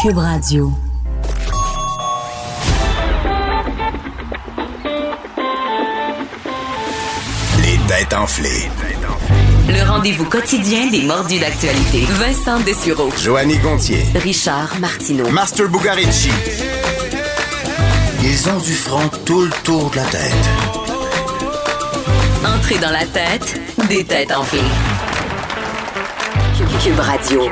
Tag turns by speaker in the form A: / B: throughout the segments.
A: Cube Radio.
B: Les têtes enflées.
A: Le rendez-vous quotidien des mordus d'actualité. Vincent Dessureau.
B: Joanny Gontier.
A: Richard Martineau.
B: Master Bugarici. Ils ont du front tout le tour de la tête.
A: Entrée dans la tête des têtes enflées. Cube- Cube Radio.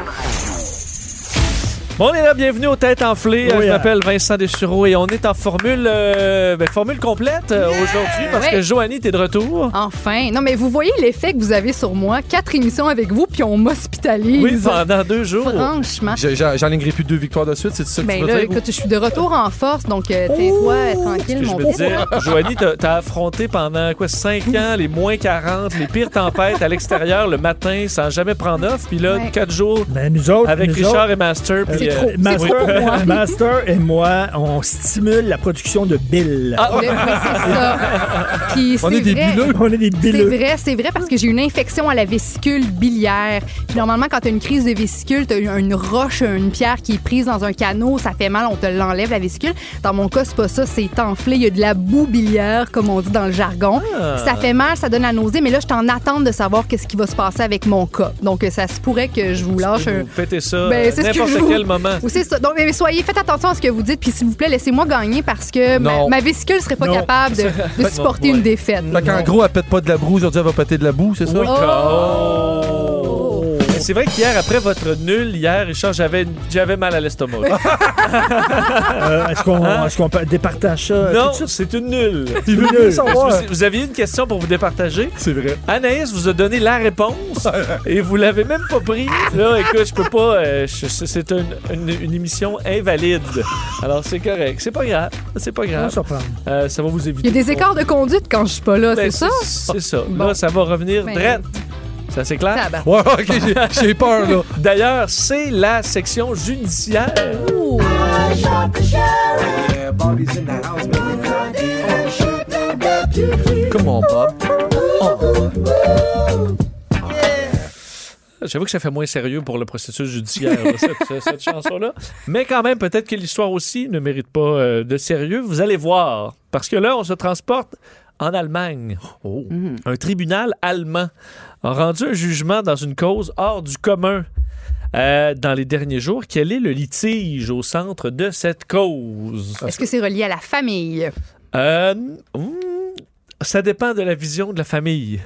C: Bon, on est là, bienvenue aux Têtes Enflées. Euh,
D: Oui,
C: Je
D: euh.
C: m'appelle Vincent Dessureau et on est en formule, euh, ben, formule complète euh, aujourd'hui parce
E: Ouais.
C: que Joanie, t'es de retour.
E: Enfin, non mais vous voyez l'effet que vous avez sur moi. Quatre émissions avec vous, puis on m'hospitalise.
C: Oui, pendant deux jours.
E: Franchement.
F: J'ai- j'ai- J'enlignerai plus deux victoires de suite, c'est ça que
E: Ben
F: tu veux
E: là,
F: dire?
E: écoute, je suis de retour en force, donc euh, tais-toi euh,
C: Ce
E: tranquille,
C: que je
E: mon
C: me
E: petit.
C: disais, Joanie, t'as t'as affronté pendant quoi, cinq ans les moins 40, les pires tempêtes à l'extérieur le matin sans jamais prendre off. Puis là,
E: Ouais.
C: quatre jours
D: Ben, nous autres,
C: avec
D: nous
C: Richard
D: autres,
C: et Master. puis,
E: C'est
C: euh,
E: trop.
D: Master,
E: C'est trop pour moi.
D: Master et moi, on stimule la production de billes.
C: Ah,
E: Oui, oui, c'est ça. Puis
F: On
E: c'est
F: est des
E: vrai.
F: bileux.
D: On est des
E: C'est
D: billeux.
E: vrai, c'est vrai parce que j'ai une infection à la vésicule biliaire. Puis normalement, quand t'as une crise de vésicule, t'as eu une roche, une pierre qui est prise dans un canot, ça fait mal, on te l'enlève la vésicule. Dans mon cas, c'est pas ça, c'est enflé, il y a de la boue biliaire, comme on dit dans le jargon.
F: Ah.
E: Ça fait mal, ça donne la nausée, mais là, je suis en attente de savoir qu'est-ce qui va se passer avec mon cas. Donc, euh, ça se pourrait que je vous lâche un,
C: vous pétez ça
E: ben,
C: euh,
E: c'est ce que
C: n'importe
E: je vous-
C: quel moment.
E: oui, c'est ça. Donc, mais soyez, faites attention à ce que vous dites, puis s'il vous plaît, laissez-moi gagner parce que ma,
F: Non.
E: ma vésicule serait pas
D: Non.
E: capable de, de supporter
C: Ouais.
E: une défaite.
F: Fait qu'en gros, elle pète pas de la boue, aujourd'hui, elle va péter de la boue, c'est ça?
C: Oui.
E: Oh!
C: Mais C'est vrai qu'hier, après votre nul, hier, Richard, j'avais j'avais mal à l'estomac.
D: Euh, Est-ce qu'on est-ce qu'on peut- départage ça?
C: Hein? Non,
D: ben, tout de suite?
C: c'est une nulle.
D: Il veut rien savoir.
C: Vous, vous aviez une question pour vous départager.
F: C'est vrai.
C: Anaïs vous a donné la réponse et vous l'avez même pas pris. Là, écoute, je peux pas. euh, je- c'est- c'est une, une- une émission invalide. Alors, c'est correct. C'est pas grave. C'est pas
D: On va
C: grave.
D: se reprendre.
C: Euh, ça va vous éviter.
E: Il y a des écarts de conduite quand je suis pas là,
C: Ben,
E: c'est ça?
C: C'est ça.
E: Bon.
C: Là, ça va revenir
E: Ben,
C: drette. Ça, c'est clair?
E: Tabarnak.
F: Ouais, ok, j'ai- j'ai peur, là.
C: D'ailleurs, c'est la section judiciaire.
F: Comment, Bob?
C: Oh. J'avoue que ça fait moins sérieux pour le processus judiciaire, là, cette, cette- cette chanson-là. Mais quand même, peut-être que l'histoire aussi ne mérite pas euh, de sérieux. Vous allez voir. Parce que là, on se transporte en Allemagne. Un tribunal allemand a rendu un jugement dans une cause hors du commun. Euh, dans les derniers jours, quel est le litige au centre de cette cause?
E: Est-ce que c'est relié à la famille?
C: Euh, hmm, ça dépend de la vision de la famille.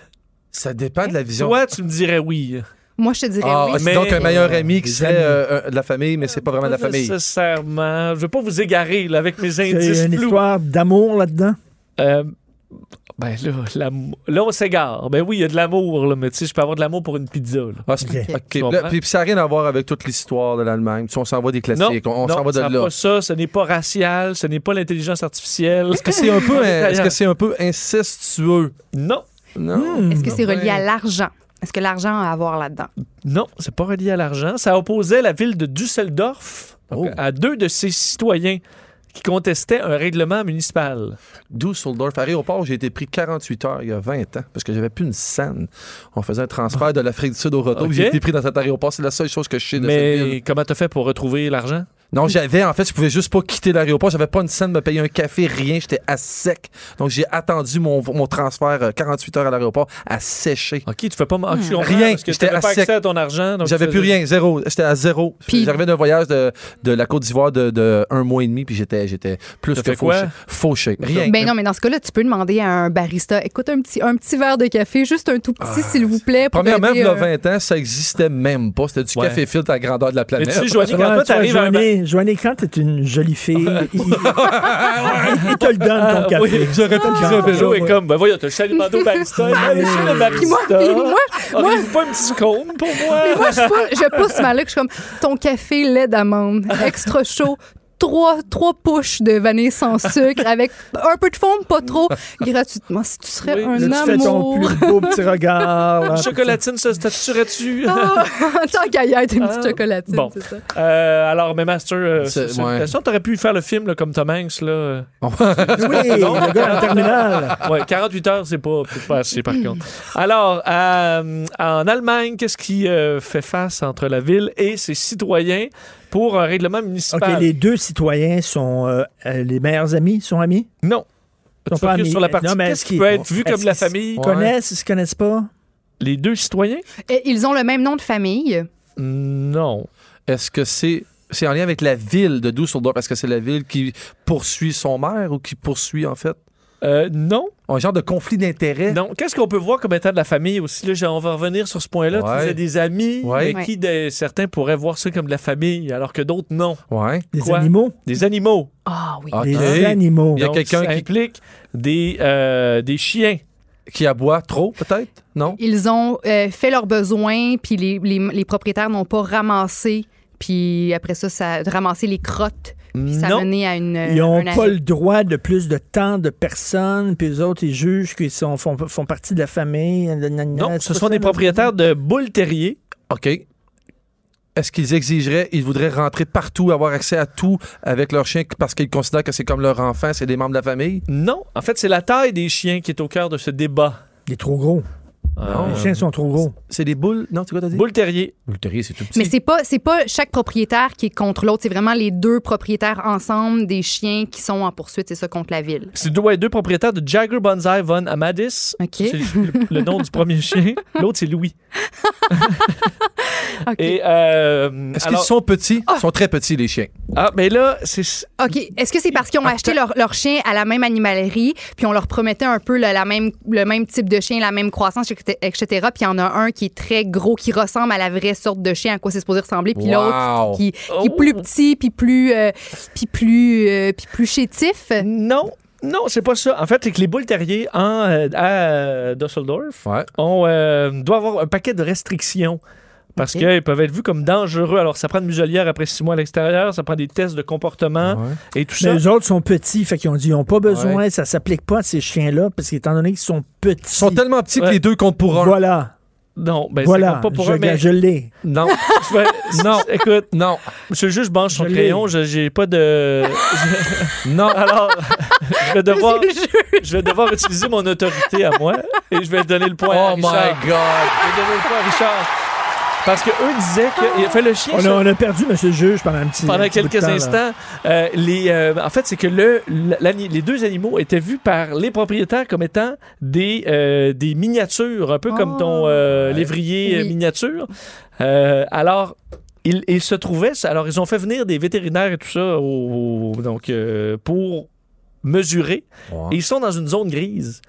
F: Ça dépend de la vision.
C: Toi, tu me dirais oui.
E: Moi, je te dirais
F: Ah,
E: oui.
F: ok,
C: Eh mais-
F: donc un meilleur ami qui
D: Des
F: serait
D: amis.
F: euh, euh, de la famille, mais c'est pas vraiment de la
C: Pas
F: famille.
C: Nécessairement. Je veux pas vous égarer là, avec mes indices
D: C'est une
C: flous.
D: histoire d'amour là-dedans.
C: Euh, ben là, l'amour- là, on s'égare. Ben oui, il y a de l'amour, là, mais tu sais, je peux avoir de l'amour pour une pizza. là.
F: Ah, c'est-
D: Ok.
F: ok,
C: Tu comprends?
F: là, puis puis ça n'a rien à voir avec toute l'histoire de l'Allemagne. Tu sais, on s'en va des classiques, on, on
C: non,
F: s'en va de
C: ça a
F: là.
C: pas ça, ce n'est pas racial, ce n'est pas l'intelligence artificielle.
F: Est-ce que c'est un
C: est
F: peu, hein, est-ce
C: ailleurs.
F: que c'est un peu incestueux
C: Non,
F: Non.
E: Est-ce que c'est relié
F: Ouais.
E: à l'argent? Est-ce que l'argent a à voir là-dedans?
C: non, c'est pas relié à l'argent. Ça opposait la ville de Düsseldorf donc,
F: Oh.
C: à deux de ses citoyens qui contestaient un règlement municipal.
F: Düsseldorf, aéroport, j'ai été pris 48 heures il y a 20 ans parce que j'avais plus une scène. On faisait un transfert de l'Afrique du Sud au retour.
C: Ah. Ok.
F: J'ai été pris dans cet aéroport. C'est la seule chose que je sais de cette ville.
C: Mais comment t'as fait pour retrouver l'argent?
F: Non, j'avais, en fait, je pouvais juste pas quitter l'aéroport. J'avais pas une scène de me payer un café, rien. J'étais à sec. Donc, j'ai attendu mon, mon transfert euh, 48 heures à l'aéroport à sécher.
C: OK, tu fais pas... Ah, je
E: Hmm.
C: comprends,
F: Rien,
C: parce que
F: j'étais
C: t'avais pas
F: à sec.
C: accès à ton argent. donc
F: J'avais
C: tu
F: plus
C: faisais-
F: rien, zéro. J'étais à zéro.
E: Puis-
F: J'arrivais d'un voyage de, de la Côte d'Ivoire de, de un mois et demi, puis j'étais j'étais plus
C: T'as
F: que
C: fait quoi?
F: fauché. Fauché. Rien.
E: Ben non, mais dans ce cas-là, tu peux demander à un barista, écoute, un petit, un petit verre de café, juste un tout petit, s'il vous plaît. pour
F: Premièrement,
E: aider,
F: il y a
E: euh,
F: 20 ans, ça existait même pas. C'était du
C: Ouais.
F: café filtre à la grandeur de la
C: Mais
F: planète.
C: tu sais, Joanie, quand
D: Souvent,
C: toi,
D: tu vois,
C: t'arrives à un...
D: Joanie, Joanie, quand t'es une jolie fille, il, il te le donne, ton
C: Ah, oui,
D: café.
C: j'aurais pas dit
D: Ah,
C: ça, Vélo
D: ouais.
C: est comme, ben voyons, t'as le chalimando barista, allez sur le barista.
E: Puis moi, puis moi,
C: Auriez-vous pas un petit cône pour moi?
E: moi, je, pousse- je pousse ma luck, je suis comme, ton café lait d'amande, extra chaud. Trois, trois push de vanille sans sucre avec un peu de fond, pas trop, gratuitement. Si tu serais
C: Oui,
E: un
D: Là, tu fais ton
E: amour.
D: plus beau petit regard. là.
C: Chocolatine, ça se statuerait-tu?
E: Ah, Tant qu'à y être, une petite
C: Ah,
E: chocolatine,
C: bon.
E: c'est ça.
C: Euh, alors, mais Master, euh,
F: C'est-
C: c'est- c'est une
F: ouais.
C: question, t'aurais pu faire le film là, comme Tom Hanks. Là. euh.
D: Oui, le gars en terminale.
C: Ouais, 48 heures, c'est pas, peut-être pas assez par contre. Alors, euh, en Allemagne, qu'est-ce qui euh, fait face entre la ville et ses citoyens? pour un règlement municipal.
D: OK, les deux citoyens sont euh, euh, les meilleurs amis, sont amis?
C: Non.
D: Ils
C: Tu
D: sont pas
C: focuses
D: amis.
C: sur la partie
D: Non, mais
C: qu'est-ce
D: est-ce
C: qui
D: qu'ils-
C: peut être vu
D: est-ce
C: comme la
D: qu'ils se
C: famille.
D: Ils connaissent, ils se connaissent pas?
C: Les deux citoyens?
E: Et Ils ont le même nom de famille.
C: Non.
F: Est-ce que c'est c'est en lien avec la ville de Düsseldorf? Est-ce que c'est la ville qui poursuit son maire ou qui poursuit, en fait?
C: Euh, non.
F: Un genre de conflit d'intérêts?
C: Non. Qu'est-ce qu'on peut voir comme étant de la famille aussi? Là, j'ai- on va revenir sur ce point-là.
F: Ouais.
C: Tu disais des amis,
F: Ouais.
C: mais qui, des- certains pourraient voir ça comme de la famille, alors que d'autres, non.
F: Ouais.
D: Des
C: Quoi?
D: animaux?
C: Des animaux.
E: Ah oui.
F: OK.
D: Des animaux.
F: Il y a
C: Donc,
F: quelqu'un
C: ça
F: qui-
C: implique des, euh, des chiens.
F: Qui aboie trop, peut-être? Non?
E: Ils ont euh, fait leurs besoins, puis les, les- les propriétaires n'ont pas ramassé, puis après ça, ça ramasser les crottes, puis ça a
C: non.
E: mené à une. euh,
D: Ils n'ont
E: un
D: pas
E: arrêt.
D: le droit de plus de temps de personnes, puis eux autres, ils jugent qu'ils sont, font, font partie de la famille.
F: Euh,
C: Non, ce
D: C'est pas
C: sont
D: ça,
C: des
D: là?
C: propriétaires de boules terriers.
F: OK. Est-ce qu'ils exigeraient, ils voudraient rentrer partout, avoir accès à tout avec leur chien parce qu'ils considèrent que c'est comme leur enfant, c'est des membres de la famille?
C: Non. En fait, c'est la taille des chiens qui est au cœur de ce débat.
D: Il est trop gros.
C: Euh,
D: Les chiens sont trop gros.
F: C'est des boules? Non, tu quoi t'as dit?
C: Boule terrier.
F: Boules terrier, c'est tout petit.
E: Mais c'est pas c'est pas chaque propriétaire qui est contre l'autre, c'est vraiment les deux propriétaires ensemble des chiens qui sont en poursuite, c'est ça contre la ville.
C: C'est deux, ouais, deux propriétaires de Jagger Bonsai von Amadis.
E: OK.
C: C'est le, le nom du premier chien. L'autre, c'est Louis.
E: OK.
C: Et euh,
F: Est-ce
C: alors-
F: qu'ils sont petits? Ils sont très petits, les chiens.
C: Ah, mais là, c'est.
E: OK, est-ce que c'est parce qu'ils
C: Ah,
E: ont acheté leur, leur chien à la même animalerie, puis on leur promettait un peu le, la même, le même type de chien, la même croissance, etc., etc., puis il y en a un qui est très gros, qui ressemble à la vraie sorte de chien à quoi c'est supposé ressembler, puis l'autre
F: Wow!
E: qui, qui est plus petit, puis plus, euh, puis plus, euh, puis plus chétif.
C: Non, non, c'est pas ça. En fait, c'est que les boules terriers en, euh, à Düsseldorf
F: Ouais.
C: on, euh, doivent avoir un paquet de restrictions. Parce
E: Ok.
C: qu'ils peuvent être vus comme dangereux. Alors, ça prend une muselière après six mois à l'extérieur, ça prend des tests de comportement
F: Ah Ouais.
C: et tout
D: Mais
C: ça.
D: les autres sont petits, fait qu'ils ont dit ils n'ont pas besoin, ça s'applique pas à ces chiens-là, parce qu'étant donné qu'ils sont petits.
F: Ils sont tellement petits
C: Ouais.
F: que les deux comptent pour un.
D: Voilà,
C: Non, ben, ça
D: voilà.
C: compte pas pour
D: je
C: eux, mais.
D: je l'ai.
F: Non,
C: Je vais-
F: Non.
C: Écoute,
F: non,
C: monsieur le juge, je branche son
D: Je l'ai.
C: crayon, je- j'ai pas de.
F: non.
C: Alors, je vais devoir.
E: C'est le jeu.
C: Je vais devoir utiliser mon autorité à moi et je vais donner le point à
F: Oh
C: Richard. Je
F: my God!
C: vais donner le point à Richard. Parce que eux disaient que. il a fait le chien.
D: On
C: ça.
D: a, on a perdu, monsieur le juge, pendant un petit
C: pendant
D: un petit bout de
C: quelques
D: temps, là.
C: instants, euh, les, euh, en fait, c'est que le, l'ani- les deux animaux étaient vus par les propriétaires comme étant des, euh, des miniatures, un peu comme
E: Oh.
C: ton euh, lévrier euh,
E: Oui.
C: miniature. Euh, alors, ils, ils se trouvaient, alors ils ont fait venir des vétérinaires et tout ça au- au- donc, euh, pour mesurer. Et ils sont dans une zone grise.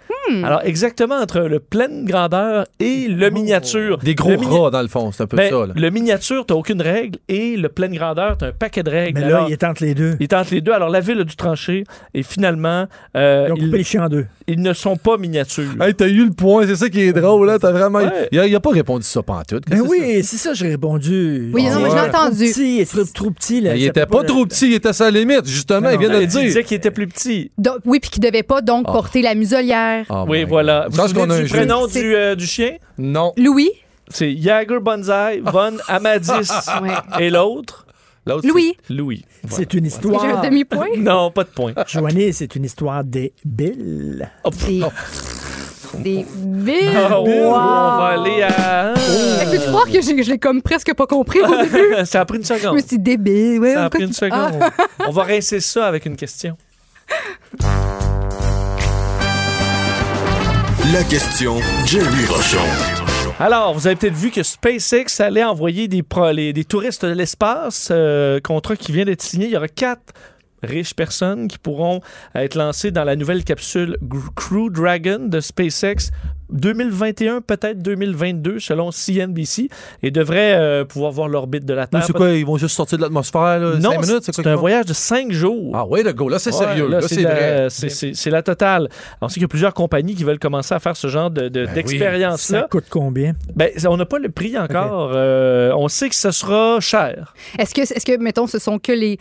C: Alors, exactement entre le pleine grandeur et
D: Oh.
C: le miniature.
F: Des gros
C: Le mini-
F: rats, dans le fond, c'est un peu
C: Ben,
F: ça. là.
C: le miniature, t'as aucune règle et le pleine grandeur, t'as un paquet de règles.
D: Mais là,
C: Ben Alors,
D: il est entre les deux.
C: ils tentent les deux. Alors, la ville a dû trancher. Et finalement, euh,
D: Ils ont coupé les Ah,
C: ils,
D: chiens en deux.
C: ils ne sont pas miniatures.
F: Hey, t'as eu le point, c'est ça qui est drôle, là. T'as vraiment.
C: Ouais.
F: Il, a, il a pas répondu ça pantoute.
D: Ben
F: Qu'est-ce que c'est
D: oui, c'est ça, j'ai répondu.
E: Oui,
F: non, mais je l'ai
E: entendu.
D: Trop petit, il est trop, trop petit.
F: ça?
D: Là,
F: Ben, Il
D: ça
F: était
D: peut
F: pas trop petit, il était à sa limite, justement,
D: Non,
F: il vient de
D: non.
F: le
C: Ben Il disait
F: dire.
C: Euh, qu'il était plus petit.
E: Donc, oui, puis qu'ils ne devaient pas donc
F: Ah.
C: Oh.
E: porter la muselière.
F: Oh
C: oui,
F: my
C: voilà.
F: God.
C: Vous
F: Je pense
C: vous
F: qu'on a
C: souvenez
F: un
C: du
F: jeu.
C: prénom
E: C'est-
C: du, euh, du chien?
F: Non.
E: Louis?
C: C'est Jager Banzai, Von Amadis.
E: Ouais.
C: et l'autre?
F: L'autre,
E: Louis?
C: Louis.
D: C'est une
E: Est-ce que J'ai un
D: histoire.
E: demi-point?
C: Non, pas de point.
D: Joanny, c'est une histoire débile.
E: Des, des billes.
C: Oh,
E: Wow.
C: On va aller à...
D: Oh.
E: Fait que Peux-tu croire que j'ai- je l'ai comme presque pas compris au début?
C: Ça a pris une
E: Je
C: seconde.
E: me suis dit, des billes, ouais,
C: Ça a
E: quoi
C: pris une
E: qu'il-
C: seconde.
D: Ah.
C: On va rincer ça avec une question.
B: La question Jerry Rochon.
C: Alors, vous avez peut-être vu que SpaceX allait envoyer des, pro- les- des touristes de l'espace, euh, contrat qui vient d'être signé. Il y aura quatre riches personnes qui pourront être lancées dans la nouvelle capsule Gr- Crew Dragon de SpaceX 2021, peut-être 2022, selon CNBC, et devraient euh, pouvoir voir l'orbite de la
F: Mais
C: Terre.
F: c'est quoi, ils vont juste sortir de l'atmosphère, là?
C: non,
F: cinq minutes,
C: c'est
F: quoi
C: un
F: qu'ils font?
C: voyage de cinq jours.
F: Ah oui, le go, là, c'est
C: Ouais,
F: sérieux. Là,
C: c'est
F: c'est
C: de la-
F: vrai.
C: c'est- c'est- c'est la totale. On sait qu'il y a plusieurs compagnies qui veulent commencer à faire ce genre de- de-
F: Ben oui.
C: d'expérience-là.
D: Ça coûte combien?
C: Ben, ça, on n'a pas le prix encore. Euh, on sait que ce sera cher.
E: ah. Est-ce que, est que, mettons, ce sont que les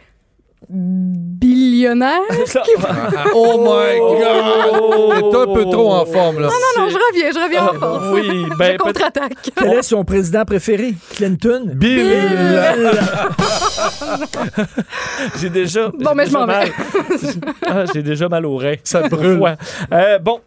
E: billionnaires? Ah
F: Oh my God! T'es un peu trop en forme, là.
E: Non, non, je reviens, je reviens en
C: Ah,
E: force.
C: oui,
E: je
C: ben,
E: contre-attaque.
D: Quel est son président préféré? Clinton?
C: Bill! J'ai déjà. j'ai
E: mais je
C: déjà
E: m'en vais.
C: mal. Ah, J'ai déjà mal au rein.
F: Ça brûle.
C: Ouais. Euh, bon.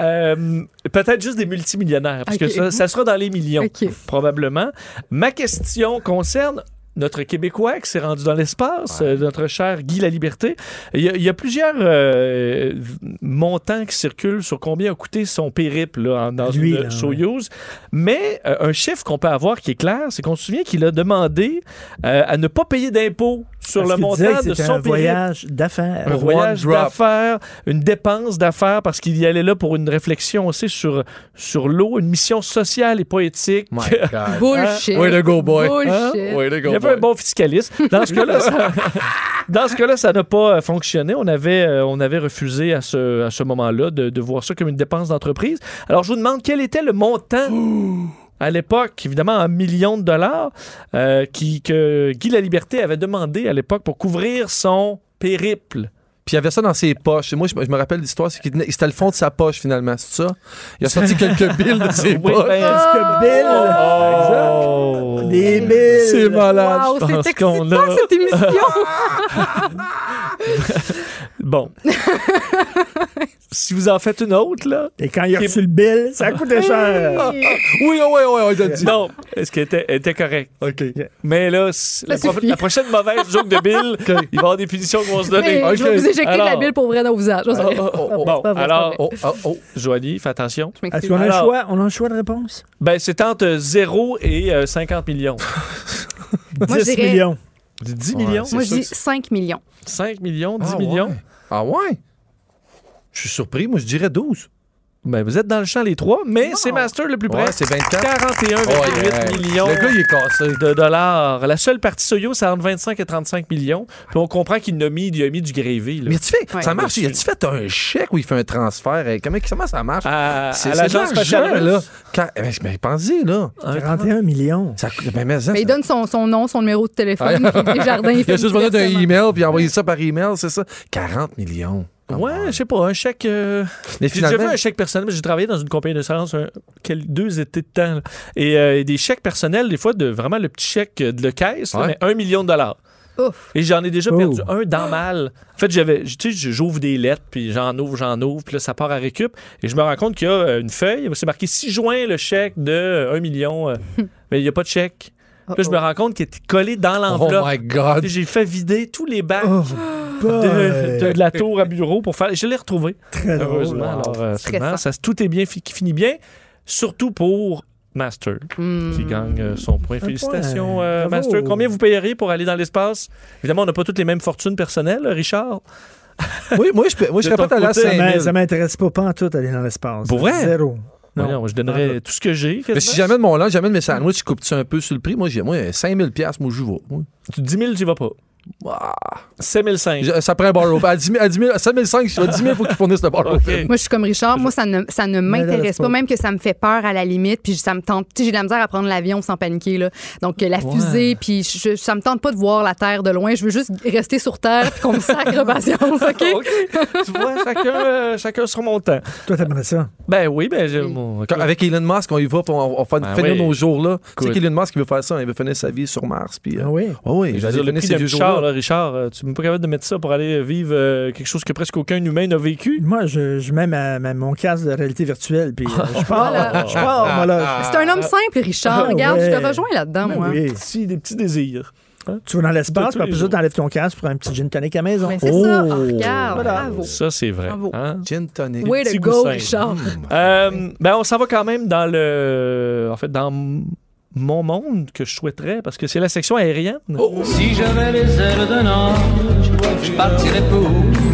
C: euh, Peut-être juste des multimillionnaires, parce que
E: Ok.
C: ça, ça sera dans les millions,
E: Ok.
C: probablement. Ma question concerne notre Québécois qui s'est rendu dans l'espace, euh, notre cher Guy Laliberté. Il y a, il y a plusieurs euh, montants qui circulent sur combien a coûté son périple là, en- dans
D: Lui,
C: une
D: là,
C: Soyouz. Mais euh, un chiffre qu'on peut avoir qui est clair, c'est qu'on se souvient qu'il a demandé euh, à ne pas payer d'impôts sur
D: Parce
C: le
D: qu'il
C: montant
D: disait que
C: de
D: c'était
C: son
D: un
C: périple
D: voyage d'affaires.
C: un
F: One
C: voyage
F: drop.
C: d'affaires, une dépense d'affaires, parce qu'il y allait là pour une réflexion aussi sur, sur l'eau, une mission sociale et poétique.
F: My God.
E: Bullshit.
F: Way to go, boy.
E: Bullshit.
F: Way to go,
C: Il y avait
F: boy.
C: un bon fiscaliste. Dans ce cas-là, ça... Dans ce cas-là, ça n'a pas euh, fonctionné. On avait, euh, on avait refusé à ce, à ce moment-là de, de voir ça comme une dépense d'entreprise. Alors, je vous demande quel était le montant à l'époque, évidemment en millions de dollars, euh, qui, que Guy Laliberté avait demandé à l'époque pour couvrir son périple.
F: Puis il y avait ça dans ses poches. Et moi, je, me- je me rappelle l'histoire, c'est qu'il tenait- c'était le fond de sa poche, finalement, c'est ça? Il a sorti quelques billes de ses
C: Oui,
F: poches.
C: ben,
D: Parce que Bill,
C: Oh!
D: des Bill.
F: C'est malade.
E: Wow,
C: pense
E: c'est excitant
C: qu'on a-
E: cette émission.
C: Bon. si vous en faites une autre, là.
D: Et quand il a reçu le Bill, ça coûtait cher.
F: Oui, oh, oui, oui, oui, on l'a dit.
C: Non, est-ce qu'elle était, elle était correcte?
F: OK.
C: Mais là, c- la, pro-
E: suffit.
C: la prochaine mauvaise joke de Bill, il va y avoir des punitions qu'on va se donner.
E: Mais Je vais
F: Ok.
E: vous éjecter de la
C: Alors.
E: bile pour vrai dans vos visages. Je
F: Oh, oh, oh, oh.
C: Bon,
D: pas vrai,
C: alors,
F: Oh, oh, oh.
C: Joanie, fais attention.
D: Est-ce
E: m'excuse.
D: qu'on a, un
C: Alors-
D: choix- on a un choix de réponse?
C: Ben, c'est entre 0 et euh, 50 millions.
E: Moi, je
D: 10
E: dirais-
D: millions.
C: 10
F: Ouais,
C: millions?
F: c'est
E: Moi, je
F: sûr
E: dis
F: que c'est-
E: 5 millions.
C: 5 millions? 10
F: Ah, ouais.
C: millions?
F: Ah ouais? Je suis surpris, moi je dirais 12.
C: Ben, vous êtes dans le champ, les trois, mais c'est Master le plus près.
F: Ouais, c'est 24.
C: 41,8
F: Ouais.
C: millions.
F: Le gars, il est cassé.
C: de dollars. La seule partie Soyo, c'est entre 25 et 35 millions. Puis on comprend qu'il n'a mis, il a mis du grévé. là.
F: Mais tu fais,
E: Ouais.
F: ça marche. Il a-tu fait un chèque où il fait un transfert? Eh, Comment, comment ça marche?
C: À,
F: C'est-
C: à
F: c'est
C: l'agence
F: de l'argent,
C: spatiale russe.
F: là. Quand, mais, mais pensez, là.
D: 41 millions.
F: Ça coûte- ben, mais, mais ça-
E: Mais il donne son, son nom, son numéro de téléphone,
F: Ah.
E: puis Desjardins, il
F: Il
E: fait
F: a
E: le
F: juste besoin d'un
E: versement.
F: email puis envoyer ça par email, c'est ça? 40 millions. Come
C: Ouais,
F: on.
C: je sais pas, un chèque. euh,
F: mais
C: J'ai déjà vu
F: finalement,
C: un chèque personnel, mais j'ai travaillé dans une compagnie d'assurance un- quel- deux étés de temps. là. Et, euh, et des chèques personnels, des fois, de vraiment le petit chèque euh, de la caisse, là,
F: Ouais.
C: mais un million de dollars.
E: Ouf.
C: Et j'en ai déjà
D: Oh.
C: perdu un dans mal. En fait, j'avais, tu sais, j'ouvre des lettres, puis j'en ouvre, j'en ouvre, puis là, ça part à récup. Et je me rends compte qu'il y a euh, une feuille, où c'est marqué 6 juin le chèque de euh, 1 million, euh, mais il n'y a pas de chèque. Puis là, je me rends compte qu'il était collé dans
F: oh
C: l'enveloppe.
F: my God.
C: Et j'ai fait vider tous les bacs
D: Ah, Oh, boy.
C: de, de la tour à bureau pour faire. Je l'ai retrouvé,
D: Très drôle. Ah,
C: heureusement. Alors, euh,
E: Stressant.
C: finalement, ça, tout est bien, fi- qui finit bien, surtout pour Master
E: Hmm.
C: qui gagne euh, son point. Félicitations,
D: point.
C: euh,
D: Bravo.
C: Master. Combien vous payeriez pour aller dans l'espace? Évidemment, on n'a pas toutes les mêmes fortunes personnelles, euh, Richard.
F: Oui, moi, je, peux- moi, je
C: De
F: serais
C: ton
F: pas allé à
C: côté,
D: Ça m'in-
F: 5
D: Ça
F: 000.
D: m'intéresse pas, pas en tout, aller dans l'espace.
C: Pour vrai?
D: Zéro. Non.
C: Voyons, je donnerais tout ce que j'ai.
F: Mais si
C: quasiment.
F: j'amène mon lunch, j'amène mes sandwichs, je coupe-tu un peu sur le prix? Moi, j'ai moi, 5 000 piastres, moi, je vais. Moi.
C: 10 000, tu vas pas. 7 500.
F: Je- Ça prend un bar rope. À 10 000, à 10 000 5 500, je suis à 10 000, il faut qu'ils fournissent le bar rope.
C: OK.
E: Moi, je suis comme Richard. Moi, ça ne, ça ne m'intéresse pas.
D: pas.
E: même que ça me fait peur à la limite. Puis ça me tente. tu sais, j'ai de la misère à prendre l'avion sans paniquer. Là. Donc, euh, la fusée, puis je, je- ça me tente pas de voir la Terre de loin. Je veux juste rester sur Terre puis qu'on me sacre patience, OK?
C: OK. tu vois, chacun, euh, chacun sur mon temps.
D: Toi, t'aimerais ça.
C: Ben oui, ben j'ai mon.
F: Quand- Avec Elon Musk, on y va, puis on, on fait
C: Ben
F: finir
C: oui.
F: nos jours là. Tu sais
C: Écoute.
F: qu'Elon Musk, il veut faire ça, hein, il veut finir sa vie sur Mars. Puis, euh,
D: Ah oui.
F: Ah oui,
C: Je veux
F: il
C: dire, le
F: veut finir
C: prix
F: ses
C: d'un
F: vieux
C: petit
F: jours
C: char,
F: là.
C: là, Richard, euh, tu n'es pas capable de mettre ça pour aller vivre euh, quelque chose que presque aucun humain n'a vécu.
D: Moi, je, je mets ma- ma- mon casque de réalité virtuelle, puis euh, je pars.
E: Voilà.
D: Je pars, moi, là.
E: C'est un homme simple, Richard.
D: Ah,
E: Regarde,
D: ouais.
E: je te rejoins là-dedans,
D: Ben
E: moi.
D: oui.
C: Si, des petits désirs.
D: Tu vas dans l'espace,
C: tous
D: puis
C: les
D: après ça,
C: jours.
D: t'enlèves ton casque pour un petit gin tonic à la maison.
E: Mais c'est ça. Oh, regarde, bravo.
C: Ça, c'est vrai.
E: Bravo.
C: hein?
F: Gin tonic.
E: Way
C: petits
E: to go,
C: goussins.
E: Richard.
C: Euh, ben, on s'en va quand même dans le. En fait, dans m- mon monde que je souhaiterais, parce que c'est la section aérienne.
G: Si j'avais les ailes d'un ange, je partirais pour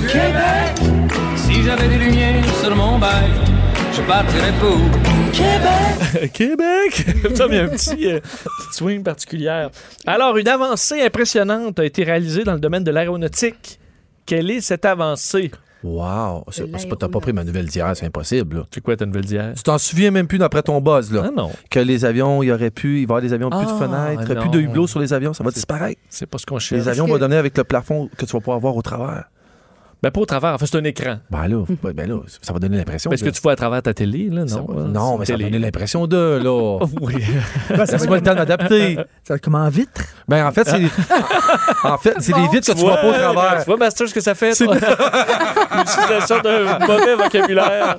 G: Québec. Si j'avais des lumières sur mon bail, je partirais pour
C: Québec! Tom, il y a un petit, euh, petite swing particulière. Alors, une avancée impressionnante a été réalisée dans le domaine de l'aéronautique. Quelle est cette avancée?
F: Wow. C'est c'est pas, t'as pas pris ma nouvelle d'hier, c'est impossible. là.
C: C'est quoi ta nouvelle d'hier?
F: Tu t'en souviens même plus d'après ton buzz, là.
C: Ah non,
F: Que les avions, il y aurait pu, il va y avoir des avions, plus de
C: Ah,
F: fenêtres,
C: non.
F: plus de hublots sur les avions, ça va disparaître.
C: c'est pas ce qu'on cherche.
F: Les avions
E: que-
F: vont donner avec le plafond que tu vas pouvoir voir au travers.
C: Ben, pas au travers, enfin, c'est un écran.
F: Ben là, ben- ben là, ça va donner l'impression.
C: Est-ce que
F: de-
C: tu vois à travers ta télé, là?
F: ça
C: Non,
F: va-
C: hein,
F: non,
C: c'est
F: mais
C: une
F: ça va
C: télé.
F: donner l'impression de, là.
C: Oui.
D: Ouais, ça, va
F: Laisse-moi le temps de m'adapter.
D: être comme en vitre.
F: Ben, en fait, c'est les... en fait, c'est les vitres que tu vois pas au travers.
C: Tu vois, Master, ce que ça fait? L'utilisation d'un mauvais vocabulaire.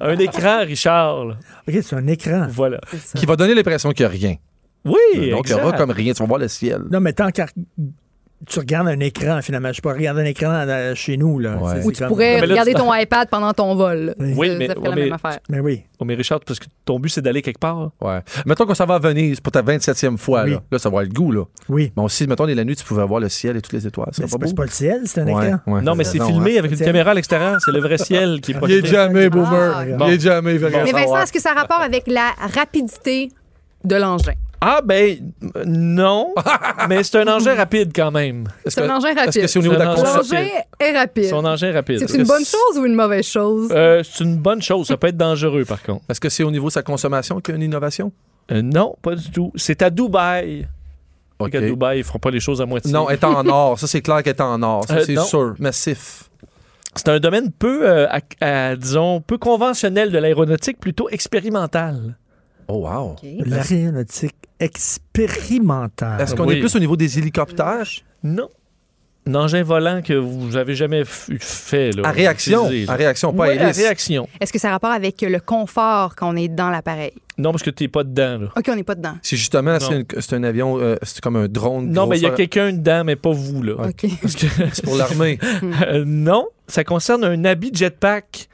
C: Un écran, Richard. là.
D: OK, c'est un écran.
C: Voilà.
F: Qui va donner l'impression qu'il n'y a rien.
C: Oui,
F: Euh, Donc, il y
C: exact.
F: aura comme rien. Tu vas voir le ciel.
D: Non, mais tant qu'à. Tu regardes un écran, finalement. Je peux regarder un écran dans- chez nous, là.
F: Ouais.
D: C'est-
F: Ou
D: Ben, c'est
E: Tu
D: comme-
E: pourrais
C: Mais là,
E: regarder
C: tu-
E: ton iPad pendant ton vol.
C: Oui,
E: Ça-
C: mais-
E: ça ferait
C: ouais,
E: la
C: mais-
E: même affaire.
D: Mais oui.
C: Oh, mais Richard, parce que ton but, c'est d'aller quelque part.
F: Ouais. Mettons qu'on s'en va à Venise pour ta 27e fois.
D: Oui.
F: Là. Là, ça va être le goût. Là.
D: Oui.
F: Mais aussi, mettons, la nuit, tu pouvais voir le ciel et toutes les étoiles.
D: Mais
F: C'est
D: c'est
F: pas
D: pas,
F: beau.
D: c'est pas le ciel, c'est un écran.
F: Ouais, ouais.
C: Non, mais c'est
F: hein.
C: filmé avec une
D: Tiens.
C: caméra à l'extérieur. C'est le vrai ciel qui est
F: Il est
C: projeté.
F: jamais, Boomer.
E: Ah,
F: Il est jamais, vraiment.
E: Mais Vincent,
C: savoir.
E: est-ce que ça a rapport avec la rapidité de l'engin?
C: Ah, ben, euh, non. mais c'est un engin rapide quand même.
F: Est-ce
E: C'est
F: que-
E: un engin
F: Est-ce que
E: rapide.
F: Ah, c'est au niveau de
C: C'est
F: la
C: un engin
F: consommation?
E: L'engin est rapide.
C: C'est un engin rapide.
E: C'est une bonne chose ou une mauvaise chose?
C: Euh, c'est une bonne chose. Ça peut être dangereux, par contre.
F: Est-ce que c'est au niveau de sa consommation qu'il y a une innovation?
C: Euh, non, pas du tout. C'est à Dubaï.
F: Ok.
C: À Dubaï, ils feront pas les choses à moitié.
F: Non, eh. elle est en or. Ça, c'est clair qu'elle est en or. Ça,
C: Euh,
F: c'est
C: non.
F: sûr. Massif.
C: C'est un domaine peu, euh, à- à, disons, peu conventionnel de l'aéronautique, plutôt expérimental.
F: Oh, wow.
D: L'aéronautique expérimentale.
F: Est-ce qu'on
C: Ah, Oui.
F: est plus au niveau des hélicoptères?
C: Non. Un engin volant que vous avez jamais f- fait. Là,
F: À réaction.
C: utilisé, là.
F: À réaction, pas
C: Ouais,
F: à
C: à
F: hélice.
C: réaction.
E: Est-ce que ça a rapport avec le confort quand on est dans l'appareil?
C: Non, parce que tu n'es pas dedans. Là.
E: OK, on n'est pas dedans.
F: C'est justement, c'est une- c'est un avion, euh, c'est comme un drone.
C: Non,
F: gros,
C: mais il y a
F: ça-
C: quelqu'un dedans, mais pas vous. Là.
E: OK.
C: Parce que-
F: C'est pour l'armée.
C: Euh, non, ça concerne un habit jetpack.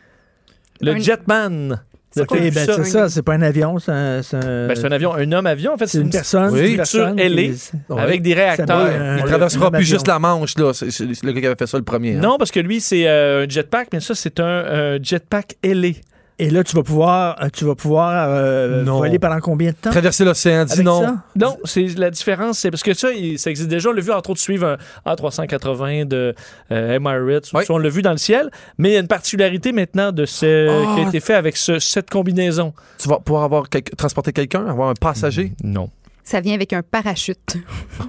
C: Le
E: Un-
C: jetman.
F: Euh,
D: Ok,
C: Depuis
D: ben,
C: ça-
D: c'est ça, c'est pas un avion, c'est un. C'est un-
C: Ben, c'est un avion, un homme-avion. En fait,
D: c'est une personne.
F: Oui.
D: c'est une
F: Une
D: personne
C: sur ailée,
D: qui-
C: Avec des
D: Ça
C: réacteurs.
D: va, euh,
F: Il
D: on
F: traversera
D: l'a-
F: plus
D: l'avion.
F: juste la Manche, là. C'est c'est le gars qui avait fait ça le premier. hein.
C: Non, parce que lui, c'est euh, un jetpack, mais ça, c'est un euh, jetpack ailé.
D: Et là, tu vas pouvoir, euh, tu vas pouvoir euh,
F: Non.
D: voler pendant combien de temps?
F: Traverser l'océan, dis
D: avec
F: non.
D: ça?
C: Non, c'est la différence, c'est parce que ça, il- ça existe déjà. On l'a vu, entre autres, suivre un A380 de euh, Emirates. ou
F: Oui.
C: ça, on l'a vu dans le ciel. Mais il y a une particularité maintenant de ce
F: Ah.
C: qui a été fait avec ce- cette combinaison.
F: Tu vas pouvoir avoir quelque- transporter quelqu'un, avoir un passager.
C: Non.
E: Ça vient avec un parachute.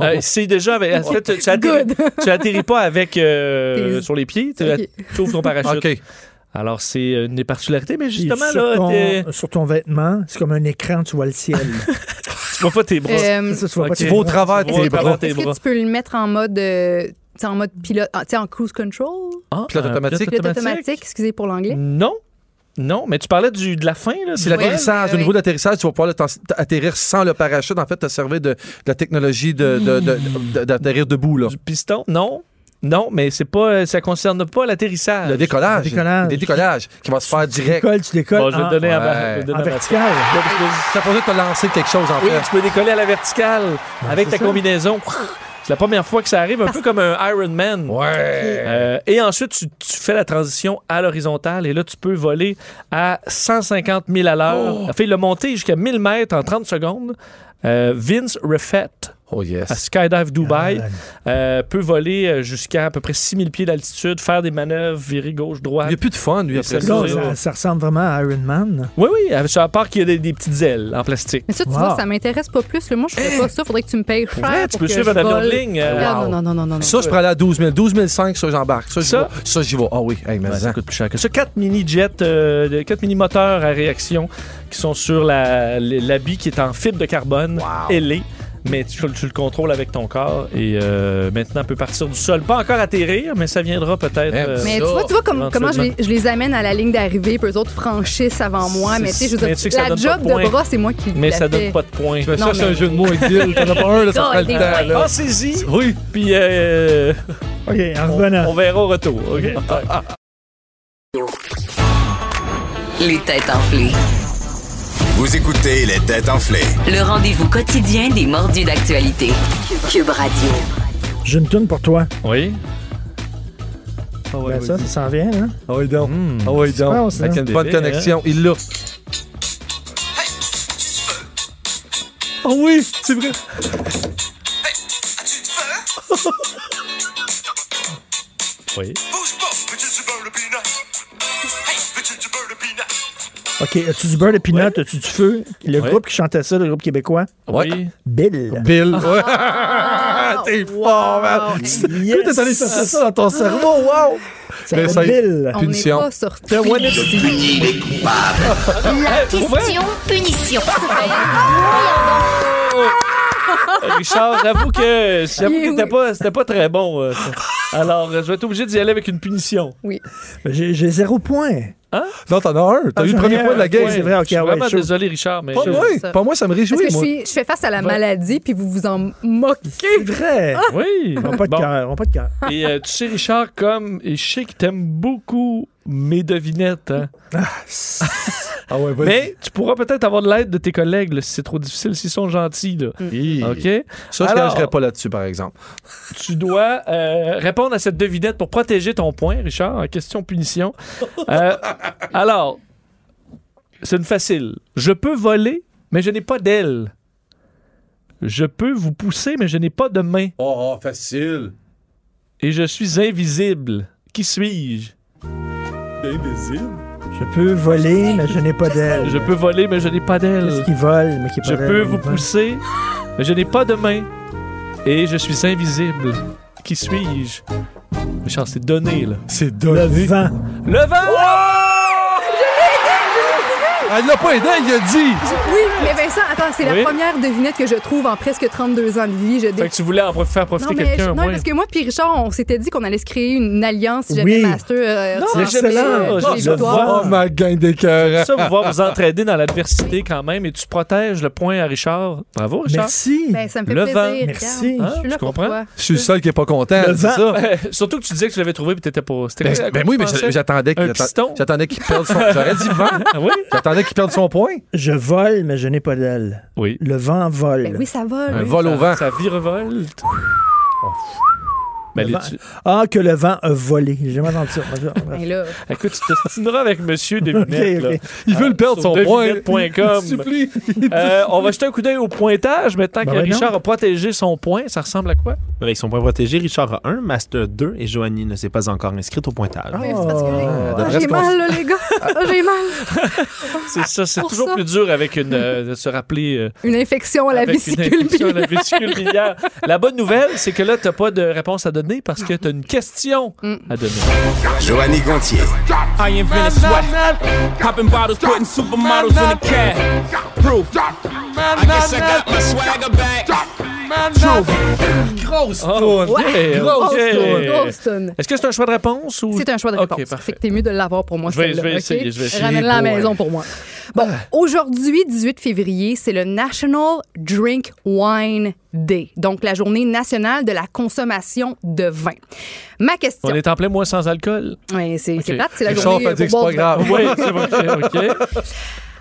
C: Euh, c'est déjà. avec- en fait, tu atterris,
E: Good.
C: tu atterris pas avec euh,
E: Tes-
C: sur les pieds, tu
E: Ok.
C: tu ouvres ton parachute.
F: Ah, OK.
C: Alors, c'est euh, une des particularités, mais
D: Puis
C: justement,
D: sur,
C: là, t'es-
D: ton, sur ton vêtement, c'est comme un écran, tu vois le ciel.
C: tu vois pas tes bras.
E: Euh,
D: Ça, tu vois
C: Ok.
D: pas
F: Tu
D: tes
F: vas au
D: bras.
F: travers
C: Tu vas au
F: tes
C: travers
F: bras.
C: tes
E: Est-ce que
C: bras.
E: tu peux le mettre en mode, euh, tu sais, en mode pilote, en- tu sais, en cruise control?
C: Ah,
F: Pilote
C: un
F: automatique.
E: Pilote automatique, excusez pour l'anglais.
C: Non. Non, mais tu parlais du, de la fin, là.
F: C'est
C: du-
F: l'atterrissage.
E: oui,
F: Au niveau
E: oui.
F: de l'atterrissage, tu vas pouvoir le t'en- atterrir sans le parachute. En fait, te servir de, de la technologie de- de- de- de- d'atterrir debout. Là.
C: du piston. Non. Non, mais c'est pas, euh, ça concerne pas l'atterrissage.
F: Le décollage.
D: Le décollage.
F: Le décollage qui va se faire
D: Tu
F: direct.
D: décolles, tu décolles.
C: Bon, je vais
D: en-
C: te donner à ma-
F: ouais.
C: je vais te donner
D: Ah, en
C: à ma-
D: vertical.
C: Là, parce que-
F: Ça pourrait te lancer quelque chose, en
C: Oui,
F: fait.
C: tu peux décoller à la verticale avec ta
D: c'est ça.
C: combinaison. C'est la première fois que ça arrive, un peu comme un Iron Man.
F: Ouais.
C: Euh, et ensuite, tu, tu fais la transition à l'horizontale et là, tu peux voler à 150 000 à l'heure. Ça Fait le monter jusqu'à 1000 mètres en 30 secondes. Euh, Vince Refette
F: Oh, yes.
C: à Skydive Dubaï
D: Ah,
C: euh, peut voler euh, jusqu'à à peu près 6000 pieds d'altitude, faire des manœuvres, virer gauche,
F: Il
C: droite.
F: n'y a plus de fun, lui, après
C: c'est
F: ça.
D: Là,
C: ça, là.
D: ça, ça ressemble vraiment à Iron Man.
C: Oui, oui, à- à part qu'il y a des, des petites ailes en plastique.
E: Mais ça, tu
D: Wow.
E: vois, ça m'intéresse pas plus. là. Moi, je ferais pas ça. Faudrait que tu me payes cher.
C: Pour vrai, tu
E: pour
C: peux
E: que
C: suivre un
E: je
C: avion de
E: vole.
C: ligne. euh,
E: Ah, non, non, non, non, non. non.
F: Ça, je peux aller à 12 000. 12 500, ça, j'embarque. Ça, j'y
C: Ça?
F: vais. Ça, j'y vais. Ah oui. Hey, mais
C: Ouais, ça
F: ça.
C: coûte plus cher que ça. Quatre mini-jets, euh, de- quatre mini-moteurs à réaction qui sont sur la- l'habit qui est en fibre de carbone ailée. Mais tu, tu le contrôles avec ton corps et euh, maintenant peut partir du sol. Pas encore atterrir, mais ça viendra peut-être. euh,
F: Eh,
E: Mais tu
F: Ça,
E: vois, tu vois comme, comment je les,
C: éventuellement.
E: je les amène à la ligne d'arrivée, puis eux autres franchissent avant moi. Mais tu sais, je veux
C: Mais
E: dire,
C: tu sais que ça
E: la
C: donne pas
E: job
C: de points.
E: de bras, c'est moi qui
C: Mais
E: la
C: ça
E: fais.
C: donne pas de points.
F: Mais
E: Non,
F: ça, c'est
E: mais-
F: un jeu de mots idylle. T'en as pas un, là, ça
E: God,
F: prend le
E: des
F: temps,
E: points.
F: là.
C: Ah, saisi!
F: Oui.
C: Puis euh,
D: OK, en
C: on,
D: revenant.
C: on verra au retour. OK?
A: Les têtes enflées.
B: Vous écoutez les têtes enflées.
A: Le rendez-vous quotidien des mordus d'actualité. Cube Radio.
D: J'ai une toune pour toi.
C: Oui? Ah
D: Ben, ça, ça s'en vient, hein?
F: Ah oui, donc.
C: Hmm.
F: Ah oui,
D: Super,
F: donc.
D: ça.
F: Avec une bonne
C: Bébé,
F: connexion. Il l'a. Ah oui, c'est vrai.
C: oui.
D: OK, as-tu du beurre de peanut? As-tu du feu? Le
C: Ouais.
D: groupe qui chantait ça, le groupe québécois?
F: Ouais.
C: Oui.
D: Bill.
F: Bill. Ouais.
C: Ah,
F: T'es fort, man.
D: Yes.
F: T'es allé chercher ça dans ton cerveau. Wow.
D: Ça
F: Mais
D: va,
F: ça-
D: Bill.
E: On n'est
F: Punition.
E: pas sorti.
C: Eh,
H: Question punition.
C: Oh! Eh, Richard, j'avoue que j'avoue
E: Oui,
C: que c'était
E: oui.
C: pas, c'était pas très bon. euh, ça. Alors, euh, je vais être obligé d'y aller avec une punition.
E: Oui.
D: J'ai j'ai zéro point.
C: Hein?
F: Non, t'en as un. T'as
D: Ah,
F: eu
D: j'ai
F: le premier
D: rien.
F: point de la game.
D: Ouais, c'est vrai, ok,
C: je suis
D: ah ouais,
C: vraiment
D: chaud.
C: désolé, Richard, mais
F: Pas moi.
E: ça.
F: Pas moi, ça me
E: Parce
F: réjouit,
E: que je,
F: moi.
E: suis, je fais face à la
C: Ouais.
E: maladie, puis vous vous en moquez.
D: C'est vrai.
C: oui.
D: On n'a Ah, pas de
C: Bon.
D: cœur, on n'a pas de cœur.
C: Et euh, tu sais, Richard, comme et je sais que t'aimes beaucoup mes devinettes, hein.
F: Ah ouais, vas-y.
C: mais tu pourras peut-être avoir de l'aide de tes collègues là, si c'est trop difficile, s'ils sont gentils. Là.
F: Hi.
C: OK?
F: Ça, je
C: Alors-
F: gagerais pas là-dessus, par exemple.
C: Tu dois euh, répondre à cette devinette pour protéger ton point, Richard, en question punition. Euh, alors, c'est une facile. Je peux voler, mais je n'ai pas d'aile. Je peux vous pousser, mais je n'ai pas de main.
F: Oh, facile.
C: Et je suis invisible. Qui suis-je?
D: Je peux voler, mais je n'ai pas d'aile.
C: Je peux voler, mais je n'ai pas d'aile.
D: Qu'est-ce qui vole, mais qui n'a pas
C: Je
D: d'aile?
C: peux
D: Il
C: vous
D: vole.
C: pousser, mais je n'ai pas de main. Et je suis invisible. Qui suis-je? Richard, c'est donné, là.
F: C'est
D: Le
F: donné.
D: vent.
C: Le vent!
F: Elle l'a pas aidé, Ah, il a dit.
E: Oui, mais Vincent, attends, c'est
C: Oui.
E: la première devinette que je trouve en presque 32 ans de vie. Je
C: Fait que tu voulais en prof- faire profiter
E: Non, mais je-
C: quelqu'un, au
E: non,
C: moins.
E: parce que moi puis Richard, on s'était dit qu'on allait se créer une alliance si jamais
D: Oui.
E: Master euh,
C: Non,
E: remportait,
D: excellent.
E: euh,
C: Ah,
E: les
C: je le
E: victoires.
D: vois.
F: Oh, ma gang d'écœurants.
C: Ça, vous va vous entraider dans l'adversité quand même et tu protèges le point à Richard. Bravo, Richard.
D: Merci.
E: Ben, ça me fait
C: Le
E: plaisir.
C: vent.
E: regarde.
D: Merci.
E: Je suis là
C: tu
E: pour
C: comprends?
E: toi.
F: Je suis le seul qui est pas content.
D: Le
F: c'est
D: vent.
F: ça.
C: Euh, Surtout que tu disais que tu l'avais trouvé et t'étais pas. c'était
F: Ben,
C: quoi, à quoi
F: ben
C: tu
F: oui, mais
C: pensais?
F: j'a- j'attendais
C: Un
F: qu'il
C: piston.
F: j'attendais- j'attendais qu'il perde son. J'aurais dit vent.
C: Ah oui?
F: J'attendais qu'il perde son point.
D: Je vole, mais je n'ai pas d'aile.
C: Oui.
D: Le vent vole.
E: Ben oui, ça va.
F: Un
E: là.
F: vol au vent.
C: Ça virevolte. Ben,
D: Le
C: les-
F: Ben,
D: vent.
C: tu-
D: Ah, que le vent a volé. J'ai jamais entendu ça.
E: Ben là,
C: Écoute, tu t'ostineras avec monsieur Devinette.
D: Ok, ok.
C: là. Euh,
F: Il veut le perdre
C: sur
F: son point.
C: devinette.com.
F: Je supplie.
C: Euh, on va jeter un coup d'œil au pointage, mais tant
D: Ben
C: que
D: ouais,
C: Richard a protégé son point, ça ressemble à quoi?
F: Ben,
I: Avec son point protégé, Richard a 1, Master 2 et Joanie ne s'est pas encore inscrite au pointage.
E: mais c'est parce que j'ai-
D: Ah,
E: Ah,
F: devrait
E: j'ai
F: se
E: mal, là, les gars. Ah, j'ai mal.
C: C'est ça, c'est
E: Pour
C: toujours
E: ça.
C: plus dur avec une, euh, de se rappeler euh,
E: Une infection à la
C: avec une
E: vésicule
C: infection à
E: biliaire.
C: la vésicule biliaire. La bonne nouvelle, c'est que là, t'as pas de réponse à donner parce que t'as une question
E: Mm.
C: à donner. Ah,
B: Joanny Gontier.
J: I ain't finna sweat. Popping bottles, putting supermodels in the cab. Proof. I guess I got my swagger back.
C: Oh, ok,
E: Grosse
C: ok.
E: toune, grosse toune.
C: Est-ce que c'est un choix de réponse ou
E: C'est un choix de
C: Ok,
E: réponse.
C: parfait.
E: Fait que t'es mieux de l'avoir pour moi,
C: Je vais-
E: celle-là,
C: je vais
E: ok?
C: essayer, je vais essayer. euh,
E: Ramène-la à
C: Beau,
E: la
C: ouais.
E: maison pour moi. Bon, aujourd'hui, 18 février, c'est le National Drink Wine Day, donc la journée nationale de la consommation de vin. Ma question...
C: On est en plein mois sans alcool.
E: Ouais, c'est c'est
C: Ok.
E: plate, c'est la
F: Richard
E: journée
F: fait
E: euh,
F: dire
E: pour
F: que c'est
E: boire
F: pas
E: du vin.
F: grave.
C: Oui, c'est bon, ok. ok.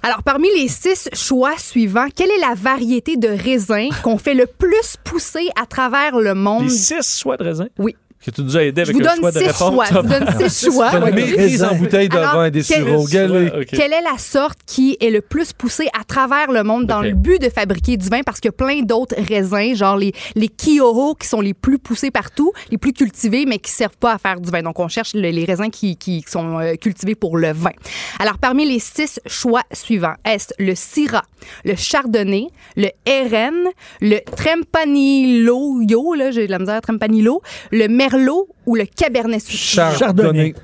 E: Alors, parmi les six choix suivants, quelle est la variété de raisin qu'on fait le plus pousser à travers le monde?
C: Les six choix de raisin.
E: Oui.
C: Que tu nous as aidé
E: Je
C: avec
E: vous
C: le
E: donne
C: choix de
E: six
C: réponse.
E: choix. Je vous donne six choix.
D: Ouais,
F: Mais
D: mais
F: Ah, mise en
D: raison.
F: bouteille de
E: Alors,
F: vin et des
E: quel-
F: sureaux. Galé.
C: Ok.
E: Quelle est la sorte qui est le plus poussée à travers le monde dans
C: Ok.
E: le but de fabriquer du vin? Parce qu'il y a plein d'autres raisins, genre les, les Kioro, qui sont les plus poussés partout, les plus cultivés, mais qui ne servent pas à faire du vin. Donc, on cherche le- les raisins qui, qui sont euh, cultivés pour le vin. Alors, parmi les six choix suivants, est le Syrah, le Chardonnay, le RN, le Trempanillo, yo, là, j'ai de la misère, Trempanillo, le Merlot ou le Cabernet Sauvignon?
F: Chardonnay.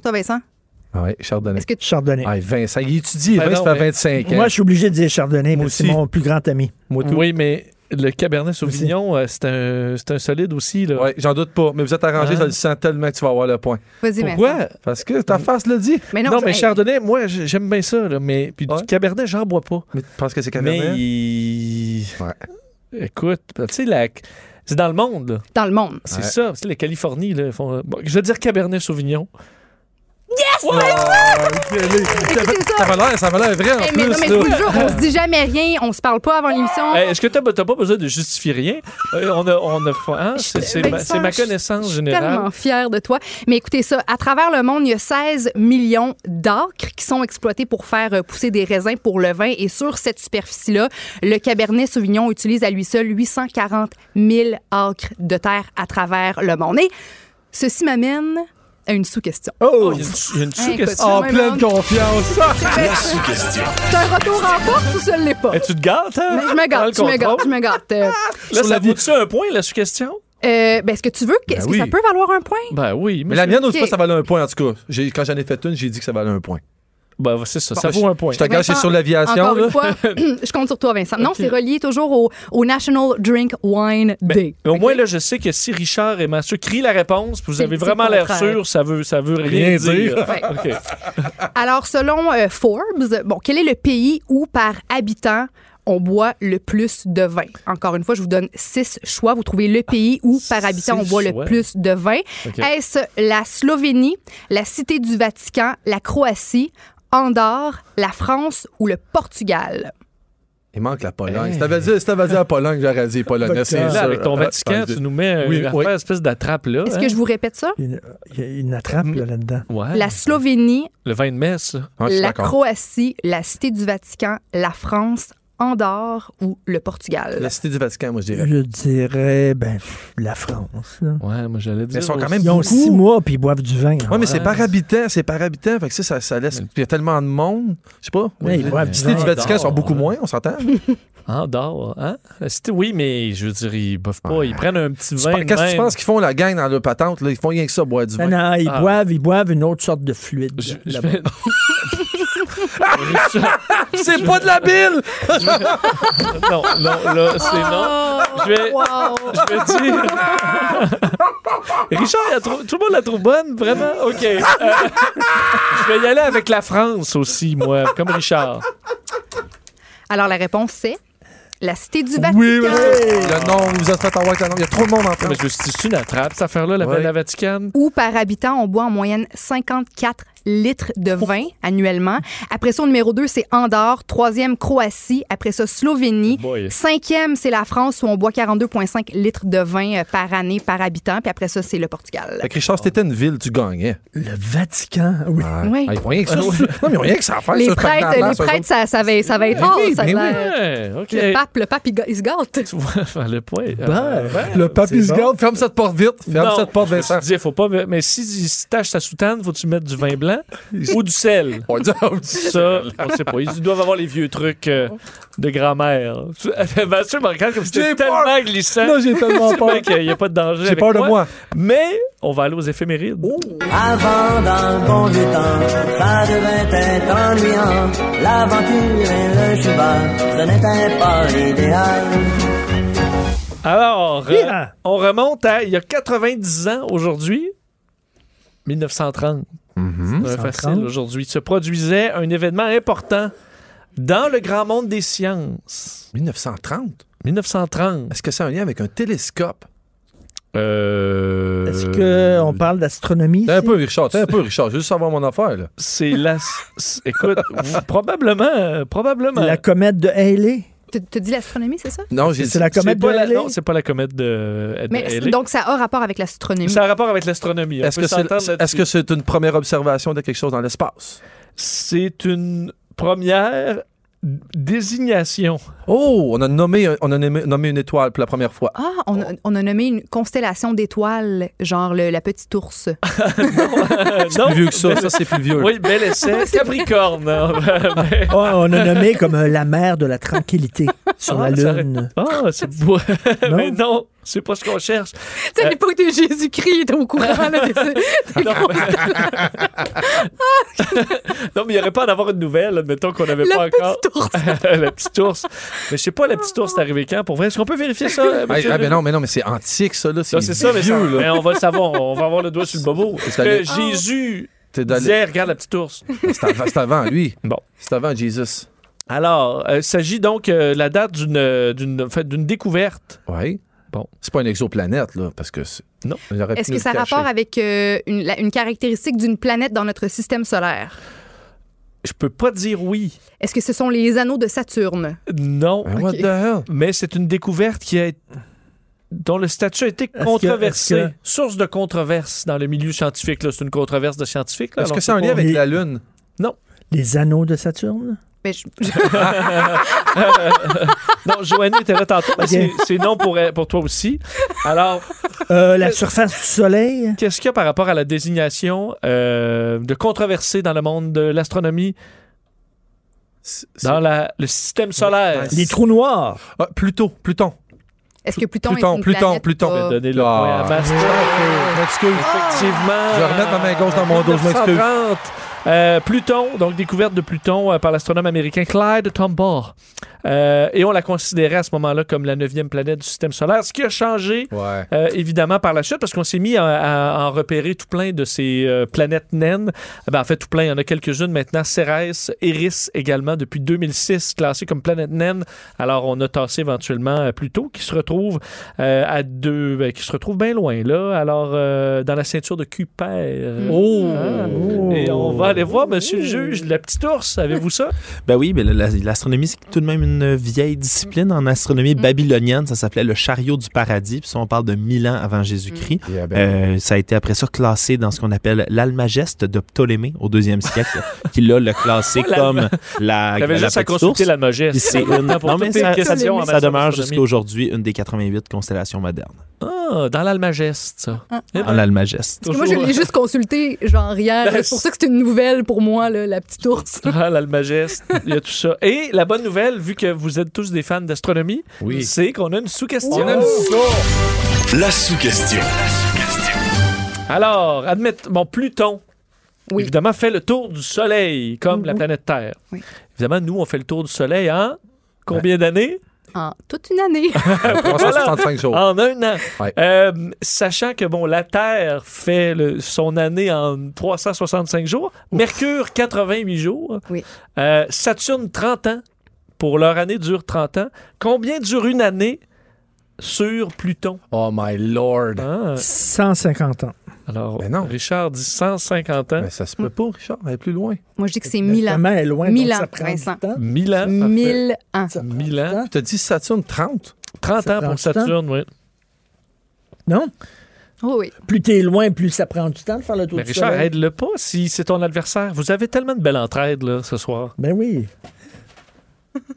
E: Toi, Vincent,
F: Oui, Chardonnay.
E: est-ce que tu...
D: Chardonnay.
F: Ah, Vincent, il étudie.
C: Ben
F: Vincent,
C: non,
F: ça
C: mais-
F: fait 25 ans.
D: Moi, je suis obligé de dire Chardonnay,
F: Moi
D: mais c'est
F: aussi.
D: mon plus grand ami.
C: Oui, mais le Cabernet Sauvignon, euh, c'est un, c'est un solide aussi. Là.
F: Ouais, j'en doute pas. Mais vous êtes arrangé,
C: Ah.
F: ça le sens tellement que tu vas avoir le point.
E: Vas-y, Vincent.
C: Pourquoi?
F: Parce que ta face le dit.
E: Mais
C: Non,
E: je-
C: mais
E: hey,
C: Chardonnay, moi, j- j'aime bien ça. là, mais puis
F: Ouais.
C: du Cabernet, j'en bois pas.
F: Mais tu penses que c'est
C: Mais
F: Cabernet?
C: il-
F: Ouais.
C: écoute, ben, tu sais, la... c'est dans le monde. là.
E: Dans le monde.
C: C'est
F: Ouais.
C: ça. C'est la Californie. Là, font... bon, je vais dire Cabernet Sauvignon.
F: Ah, galé.
E: Écoutez ça.
F: Ça va l'air, ça va l'air vrai en
E: Hey, mais
F: plus.
E: non, mais je
F: là.
E: vous le jure, on se dit jamais rien, on se parle pas avant l'émission.
C: Hey, Est-ce que t'as t'as pas besoin de justifier rien? Euh, on a, on a hein, c'est- c'est ma,
E: Vincent,
C: c'est ma
E: je-
C: connaissance
E: Je suis
C: générale.
E: tellement fière de toi. Mais écoutez ça, à travers le monde, il y a 16 millions d'acres qui sont exploités pour faire euh, pousser des raisins pour le vin. Et sur cette superficie-là, le Cabernet Sauvignon utilise à lui seul 840 000 acres de terre à travers le monde. Et ceci m'amène à une sous-question.
C: Oh, il y a une- il y a une sous-question.
F: En
E: Écoute,
F: pleine confiance.
E: C'est un retour en force ou ça ne l'est pas?
C: Eh, tu te gâtes, hein?
E: Mais je me
C: Dans le
E: gâte, je me
C: contrôle.
E: gâte, je me gâte. Euh,
C: Là,
F: Sur
C: ça
F: la
C: vaut-tu un point, la suggestion?
E: euh, ben, est-ce que tu veux? que- Est-ce
F: Ben
E: que ça
F: oui.
E: peut valoir un point?
C: Ben oui.
F: Mais la mienne, autrefois,
E: Ok.
F: ça valait un point, en tout cas. J'ai- Quand j'en ai fait une, j'ai dit que ça valait un point.
C: Ben, c'est ça, ça
F: ben,
C: vaut un point.
F: Je te gage, c'est
E: Vincent,
F: sur l'aviation.
E: Encore
F: là.
E: une fois, je compte sur toi, Vincent. Non, c'est relié toujours au, au National Drink Wine
C: Ben,
E: Day.
C: Mais au moins, là, je sais que si Richard et Mathieu crient la réponse, puis vous
E: C'est
C: avez
E: le
C: vraiment l'air
E: contraire.
C: sûr, ça veut, ça veut rien,
F: Rien
C: dire.
F: dire.
E: Ouais.
C: OK.
E: Alors, selon euh, Forbes, bon, quel est le pays où, par habitant, on boit le plus de vin? Encore une fois, je vous donne six choix. Vous trouvez le pays où, par habitant, on
C: Six
E: boit
C: choix.
E: le plus de vin.
C: OK.
E: Est-ce la Slovénie, la Cité du Vatican, la Croatie, Andorre, la France ou le Portugal?
F: Il manque la Pologne. Si t'avais dit, si t'avais dit la Pologne, j'aurais dit Pologne.
D: Docteur.
F: c'est
C: Là,
F: sûr.
C: avec ton
F: Ah,
C: Vatican,
F: attendez.
C: tu nous mets
F: Oui,
C: une
F: oui.
C: affaire, espèce d'attrape là.
E: Est-ce
C: hein?
E: que je vous répète ça?
D: Il y a une- il y a une attrape là, là-dedans.
C: Ouais.
E: La Slovénie,
C: Le vin de messe. là.
F: Ah, je suis
E: la
F: d'accord.
E: Croatie, la Cité du Vatican, la France, Andorre ou le Portugal?
F: La cité du Vatican, moi, je dirais.
D: Je dirais, ben, pff, la France. là.
C: Ouais, moi j'allais dire.
F: ils sont quand
C: aussi.
F: même
D: Ils ont
F: Beaucoup.
D: six mois puis ils boivent du vin. hein.
F: Oui, mais c'est
C: Ouais.
F: par habitant, c'est par habitant. Fait que ça, ça, ça laisse. Il y a tellement de monde. Je sais pas.
D: Ouais, ils boivent
F: La
D: du
F: cité
D: vin.
F: du Vatican sont
C: J'adore,
F: beaucoup
C: ouais.
F: moins, on s'entend.
C: Andorre, hein? C'était- Oui, mais je veux dire, ils boivent pas. Ils prennent un petit
F: Tu
C: vin.
F: pens-
C: de
F: Qu'est-ce que tu
C: même.
F: penses qu'ils font, la gang, dans le patente? Là? Ils font rien que ça, boire du
D: Non,
F: vin.
D: non, ils
C: Ah.
D: boivent, ils boivent une autre sorte de fluide.
C: Je- je
D: là-bas.
C: vais-
F: C'est pas de la bile!
C: non, non, là, c'est
E: Oh,
C: non. Je vais, je vais dire. Richard, il a trou- tout le monde la trouve bonne, vraiment? OK. Euh, je vais y aller avec la France aussi, moi, comme Richard.
E: Alors, la réponse, c'est la Cité du Vatican.
F: Le nom, vous êtes fait avoir avec le nom. Il y a trop de monde en
C: Non,
F: France.
C: mais je me suis dit, c'est une attrape, cette affaire-là, la,
F: Ouais.
C: la Vatican.
E: Où, par habitant, on boit en moyenne 54 litres de vin annuellement. Après ça, au numéro 2, c'est Andorre. Troisième, Croatie. Après ça, Slovénie.
C: Oh boy.
E: Cinquième, c'est la France, où on boit 42,5 litres de vin euh, par année, par habitant. Puis après ça, c'est le Portugal.
F: Fait que Richard, si t'étais une ville, tu gagnais.
D: Le Vatican, oui.
E: Oui.
F: Ah, ils font rien que ça. non, mais ils ont rien que ça à faire.
E: Les
F: ça,
E: prêtres,
F: tabarnak,
E: les
F: ça,
E: prêtres, ça, ça va, ça va être rare, ça a
F: ben
E: l'air.
C: Ouais, OK.
E: Le pape, le pape, il, ga- il se gâte.
C: Tu vois, enfin, le point. Euh,
D: Ben,
F: Le papy se
D: bon.
F: garde. Ferme cette porte vite. Ferme
C: Non,
F: cette porte,
C: je
F: Vincent.
C: me suis dit, faut pas. Mais, mais si si tâches ta soutane, faut-tu mettre du vin blanc ou du sel?
F: On dit, on dit-
C: Ça, on sait pas. Ils doivent avoir les vieux trucs euh, de grand-mère. Mathieu me regarde comme si c'était
F: J'ai
C: tellement
F: peur.
C: glissant.
D: Non, j'ai tellement
C: C'est vrai
D: peur.
C: qu'il n'y a pas de danger.
F: J'ai
C: avec
F: peur de moi.
C: Mais on va aller aux éphémérides.
J: Avant dans le bon vieux temps, ça devait être ennuyant. L'aventure et le cheval, ce n'était pas l'idéal.
C: Alors, euh,
D: Yeah.
C: on remonte à il y a 90 ans aujourd'hui. 1930. C'est facile aujourd'hui. Se produisait un événement important dans le grand monde des sciences.
F: 1930.
C: 1930.
F: Est-ce que c'est un lien avec un télescope?
C: Euh,
D: Est-ce qu'on parle d'astronomie?
F: T'es un
D: ici?
F: peu, Richard. T'es un peu, Richard. Je veux juste savoir mon affaire, là.
C: C'est la. c'est- Écoute, vous- probablement. euh, probablement.
D: La comète de Halley?
E: Tu te dis l'astronomie, c'est ça?
F: Non, j'ai
D: C'est la
C: C'est
D: comète de
C: pas la-
D: Halley?
C: non, c'est pas la comète de. de
E: Mais
C: Halley.
E: donc, ça a rapport avec l'astronomie.
C: Ben, Ça a rapport avec l'astronomie. On
F: Est-ce
C: peut
F: que c'est
C: s'entendre
F: est-ce
C: là-dessus.
F: que c'est une première observation de quelque chose dans l'espace?
C: c'est une première d- désignation?
F: Oh, on a nommé, un- on a nommé, nommé une étoile pour la première fois.
E: Ah, on
C: Oh.
E: a, on a nommé une constellation d'étoiles, genre le- la petite ours.
C: Euh,
F: Plus vieux que ça, ça Ah, c'est plus vieux.
C: Oui, bel essai. Capricorne. hein. Mais-
D: Ah, on a nommé comme euh, la mer de la tranquillité sur la
C: Ah, ça
D: Lune.
C: Ah, c'est beau. Mais non, c'est pas ce qu'on cherche.
E: tu
C: Euh.
E: sais, à l'époque de Jésus-Christ, il était au courant. Là, des-
C: Non, mais... Non, mais il n'y aurait pas à en avoir une nouvelle, admettons qu'on n'avait pas
E: La
C: encore.
E: petite ours.
C: la petite ours. Mais je sais pas, la petite ours, c'est arrivé quand pour vrai? Est-ce qu'on peut vérifier ça?
F: Ah,
C: monsieur
F: ah, ben
C: Leroux?
F: non, mais non, mais c'est antique ça là.
C: Non, c'est ça, mais, ça-
F: vieux là.
C: mais on va le savoir. On va avoir le doigt sur le bobo. Est-ce
F: C'est
C: que
F: allé-
E: Ah.
C: Jésus
F: T'es d'aller-
C: disait, regarde la petite ours?
F: C'est avant, c'est avant lui.
C: Bon.
F: C'est avant Jesus.
C: Alors, euh, il s'agit donc euh, de la date d'une euh, d'une en fait, d'une découverte.
F: Oui.
C: Bon.
F: C'est pas une exoplanète là, parce que c'est-
C: Non.
F: Il aurait
E: Est-ce
F: pu
E: que
F: nous
E: ça a
F: le cacher.
E: rapport avec euh, une, la- une caractéristique d'une planète dans notre système solaire?
C: Je peux pas dire oui.
E: Est-ce que ce sont les anneaux de Saturne?
C: Non.
F: Ben, What
E: Ok.
F: the hell?
C: Mais c'est une découverte qui a été- dont le statut a été
D: que-
C: controversé.
D: est-ce que-
C: Source de controverse dans le milieu scientifique. là. C'est une controverse de scientifiques. là.
F: Est-ce
C: Alors,
F: que c'est un lien
D: pas-
F: avec
D: Mais-
F: la lune?
D: Les anneaux de Saturne?
E: Ben, je- je-
C: Non, Joanie était là tantôt, mais c'est- c'est non pour, elle- pour toi aussi. Alors,
D: Euh, la surface du Soleil?
C: qu'est-ce qu'il y a par rapport à la désignation euh, de controversé dans le monde de l'astronomie,
F: C'est- c'est-
C: dans la- le système solaire?
D: Les trous noirs?
F: Ah, Pluton, Pluton.
E: Est-ce que Pluton
F: Pluton,
E: est une
F: Pluton,
E: planète?
F: Pluton.
E: pas-
C: Donner le
F: Ah.
C: point à Master.
F: Excuse.
C: Effectivement.
F: Je vais remettre ma main gauche dans mon dos, je m'excuse.
C: 1930, Euh, Pluton, donc découverte de Pluton euh, par l'astronome américain Clyde Tombaugh. Euh, et on la considérait à ce moment-là comme la neuvième planète du système solaire, ce qui a changé
F: Ouais.
C: euh, évidemment par la suite parce qu'on s'est mis à, à- à en repérer tout plein de ces euh, planètes naines. Eh ben, en fait, tout plein, il y en a quelques-unes maintenant. Cérès, Eris également, depuis 2006, classée comme planète naine. Alors, on a tassé éventuellement euh, Pluto qui se retrouve euh, à deux, ben, qui se retrouve bien loin, là. Alors, euh, dans la ceinture de Kuiper.
F: Oh!
C: Hein? Et on va aller voir, monsieur le juge, la petite ours, avez-vous ça?
I: Ben oui, mais la- la- l'astronomie, c'est tout de même une vieille discipline. En astronomie
C: Mm.
I: babylonienne, ça s'appelait le chariot du paradis. Puis ça, on parle de 1000 ans avant Jésus-Christ.
C: Mm.
F: Yeah, ben.
I: Euh, ça a été après ça classé dans ce qu'on appelle l'Almageste de Ptolémée au deuxième siècle, qui là le classé
C: L'Alma-
I: comme la,
C: T'avais
I: la
C: juste à
I: petite
C: consulter
I: ours.
C: la
I: Puis
C: Mageste.
I: c'est une...
C: Pour
I: non, mais
C: toutes tes
I: ça,
C: questions en
I: ça demeure
C: astronomie.
I: jusqu'à aujourd'hui une des 88 constellations modernes.
C: Ah, dans l'Almageste, ça. Eh
I: En
C: ben,
I: l'Almageste.
E: Parce que moi, je l'ai juste consulté, genre hier. C'est pour ça que c'est une nouvelle pour moi, là, la petite ours.
C: Ah, l'Almageste, il y a tout ça. Et la bonne nouvelle, vu que vous êtes tous des fans d'astronomie,
F: Oui.
C: c'est qu'on a une sous-question.
F: On aime ça!
B: La sous-question.
C: Oh! Alors, admettons, bon, Pluton,
E: Oui. Mhm.
C: évidemment, fait le tour du Soleil, comme la planète Terre.
E: Oui.
C: Évidemment, nous, on fait le tour du Soleil en combien d'années?
E: En toute une année.
F: 365 jours.
C: En un an.
F: Oh. Ouais.
C: Euh, sachant que, bon, la Terre fait le- son année en 365 jours, Mercure, 88 jours,
E: Oui.
C: Euh, Saturne, 30 ans, pour leur année dure 30 ans. Combien dure une année sur Pluton?
F: Oh my lord!
C: Ah,
D: 150 ans.
C: alors,
F: Mais Ben non.
C: Richard dit 150 ans.
F: Mais Ben, ça se peut pas, Richard, elle est plus loin.
E: moi, je dis que c'est 1000 ans.
D: Comment elle est loin,
E: Mille
D: donc
E: ans,
D: ça prend
E: Vincent.
D: du temps.
C: 1000 ans.
E: 1000 ans.
D: Ça prend
C: 1000
D: du
C: ans.
D: temps.
F: Tu as dit Saturne 30?
C: 30 ans
D: Ça prend
C: pour
D: du temps.
C: Saturne, oui.
D: Non?
E: Oh, oui.
D: Plus t'es loin, plus ça prend du temps de faire le tour
C: Mais
D: du
C: Richard,
D: soleil.
C: aide-le pas si c'est ton adversaire. Vous avez tellement de belle entraide là, ce soir.
D: Ben oui.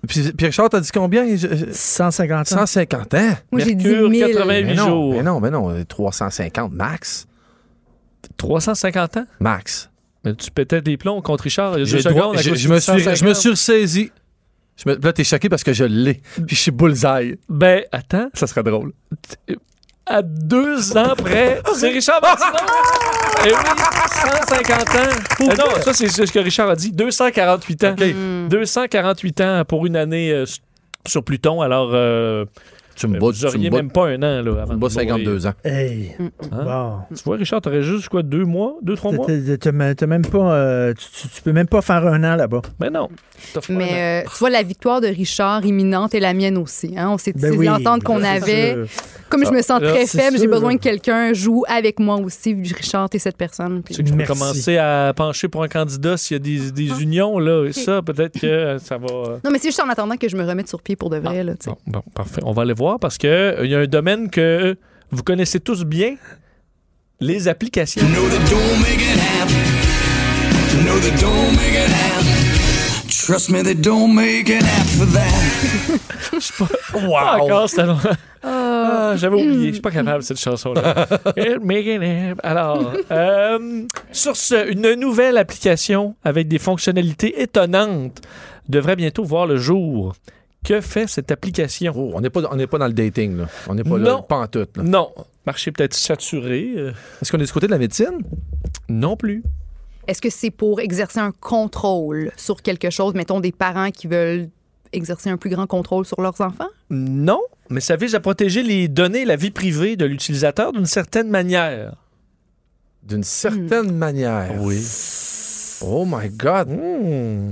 F: Puis, puis Richard, t'as dit combien? Je- je-
D: 150 ans.
F: 150 ans?
E: Moi, j'ai dit
C: Mercure,
E: 1000.
C: 88
F: Mais Ben non,
C: Eh, jours.
F: mais non, mais non, 350 max.
C: 350 ans?
F: Max.
C: Mais tu pétais des plombs contre Richard il y a
F: J'ai
C: deux
F: le droit-
C: secondes. à
F: j'ai-
C: cause
F: je, me
C: du
F: suis, je
C: 150.
F: me suis ressaisi. Je me- là, t'es choqué parce que je l'ai. Puis je suis bullseye.
C: Ben, attends.
F: Ça serait drôle.
C: À deux ans près, c'est Richard Martineau! Eh oui, 150 ans. Eh non, ça, c'est c'est ce que Richard a dit. 248 ans.
F: OK.
E: Hmm.
C: 248 ans pour une année euh, s- sur Pluton. Alors, euh,
F: Tu me bats,
C: vous
F: tu me
C: auriez
F: bats,
C: même pas un an là,
F: tu
C: avant
F: me
C: de
F: bats
C: mourir.
F: 52 ans.
D: Hey.
C: Hein?
D: Bon.
C: Tu vois, Richard, t'aurais juste quoi, deux mois, deux, trois mois?
D: T'as- t'as- t'as- t'as même pas, euh, tu, tu- tu peux même pas faire un an là-bas.
C: Mais non. T'as fait un an.
E: Mais euh, tu vois, la victoire de Richard imminente est la mienne aussi. hein. On s'est dit
D: Ben oui.
E: l'entente qu'on
D: C'est
E: avait.
D: sûr. Ah,
E: Comme je me sens
C: là,
E: très
D: c'est
E: faible, j'ai
D: sûr.
E: besoin que quelqu'un joue avec moi aussi. Richard, t'es cette personne. Puis-
C: Tu sais que je peux
D: Merci.
C: commencer à pencher pour un candidat s'il y a des,
E: Ah.
C: des unions, là. Et ça, peut-être que euh, ça va. euh,
E: Non, mais c'est juste en attendant que je me remette sur pied pour de
D: Ah,
E: vrai. là, tu sais.
C: Bon, bon, parfait. On va aller voir parce que euh, il y a un domaine que vous connaissez tous bien les applications.
B: Trust me, they don't make it app for that.
C: Wow! encore, c'est long. Ah, J'avais oublié. Je suis pas capable de cette chanson-là. It make it happen. Alors, euh, sur ce, une nouvelle application avec des fonctionnalités étonnantes devrait bientôt voir le jour. Que fait cette application?
F: Oh, on n'est pas, on n'est pas dans le dating, là. On n'est pas là,
C: Non.
F: pas en tout. là.
C: Non. Marché peut-être saturé. euh,
F: Est-ce qu'on est du côté de la médecine?
C: non plus.
E: Est-ce que c'est pour exercer un contrôle sur quelque chose? Mettons des parents qui veulent exercer un plus grand contrôle sur leurs enfants?
C: Non, mais ça vise à protéger les données et la vie privée de l'utilisateur d'une certaine manière.
F: D'une certaine manière.
C: Oui.
F: Oh my God. Hmm.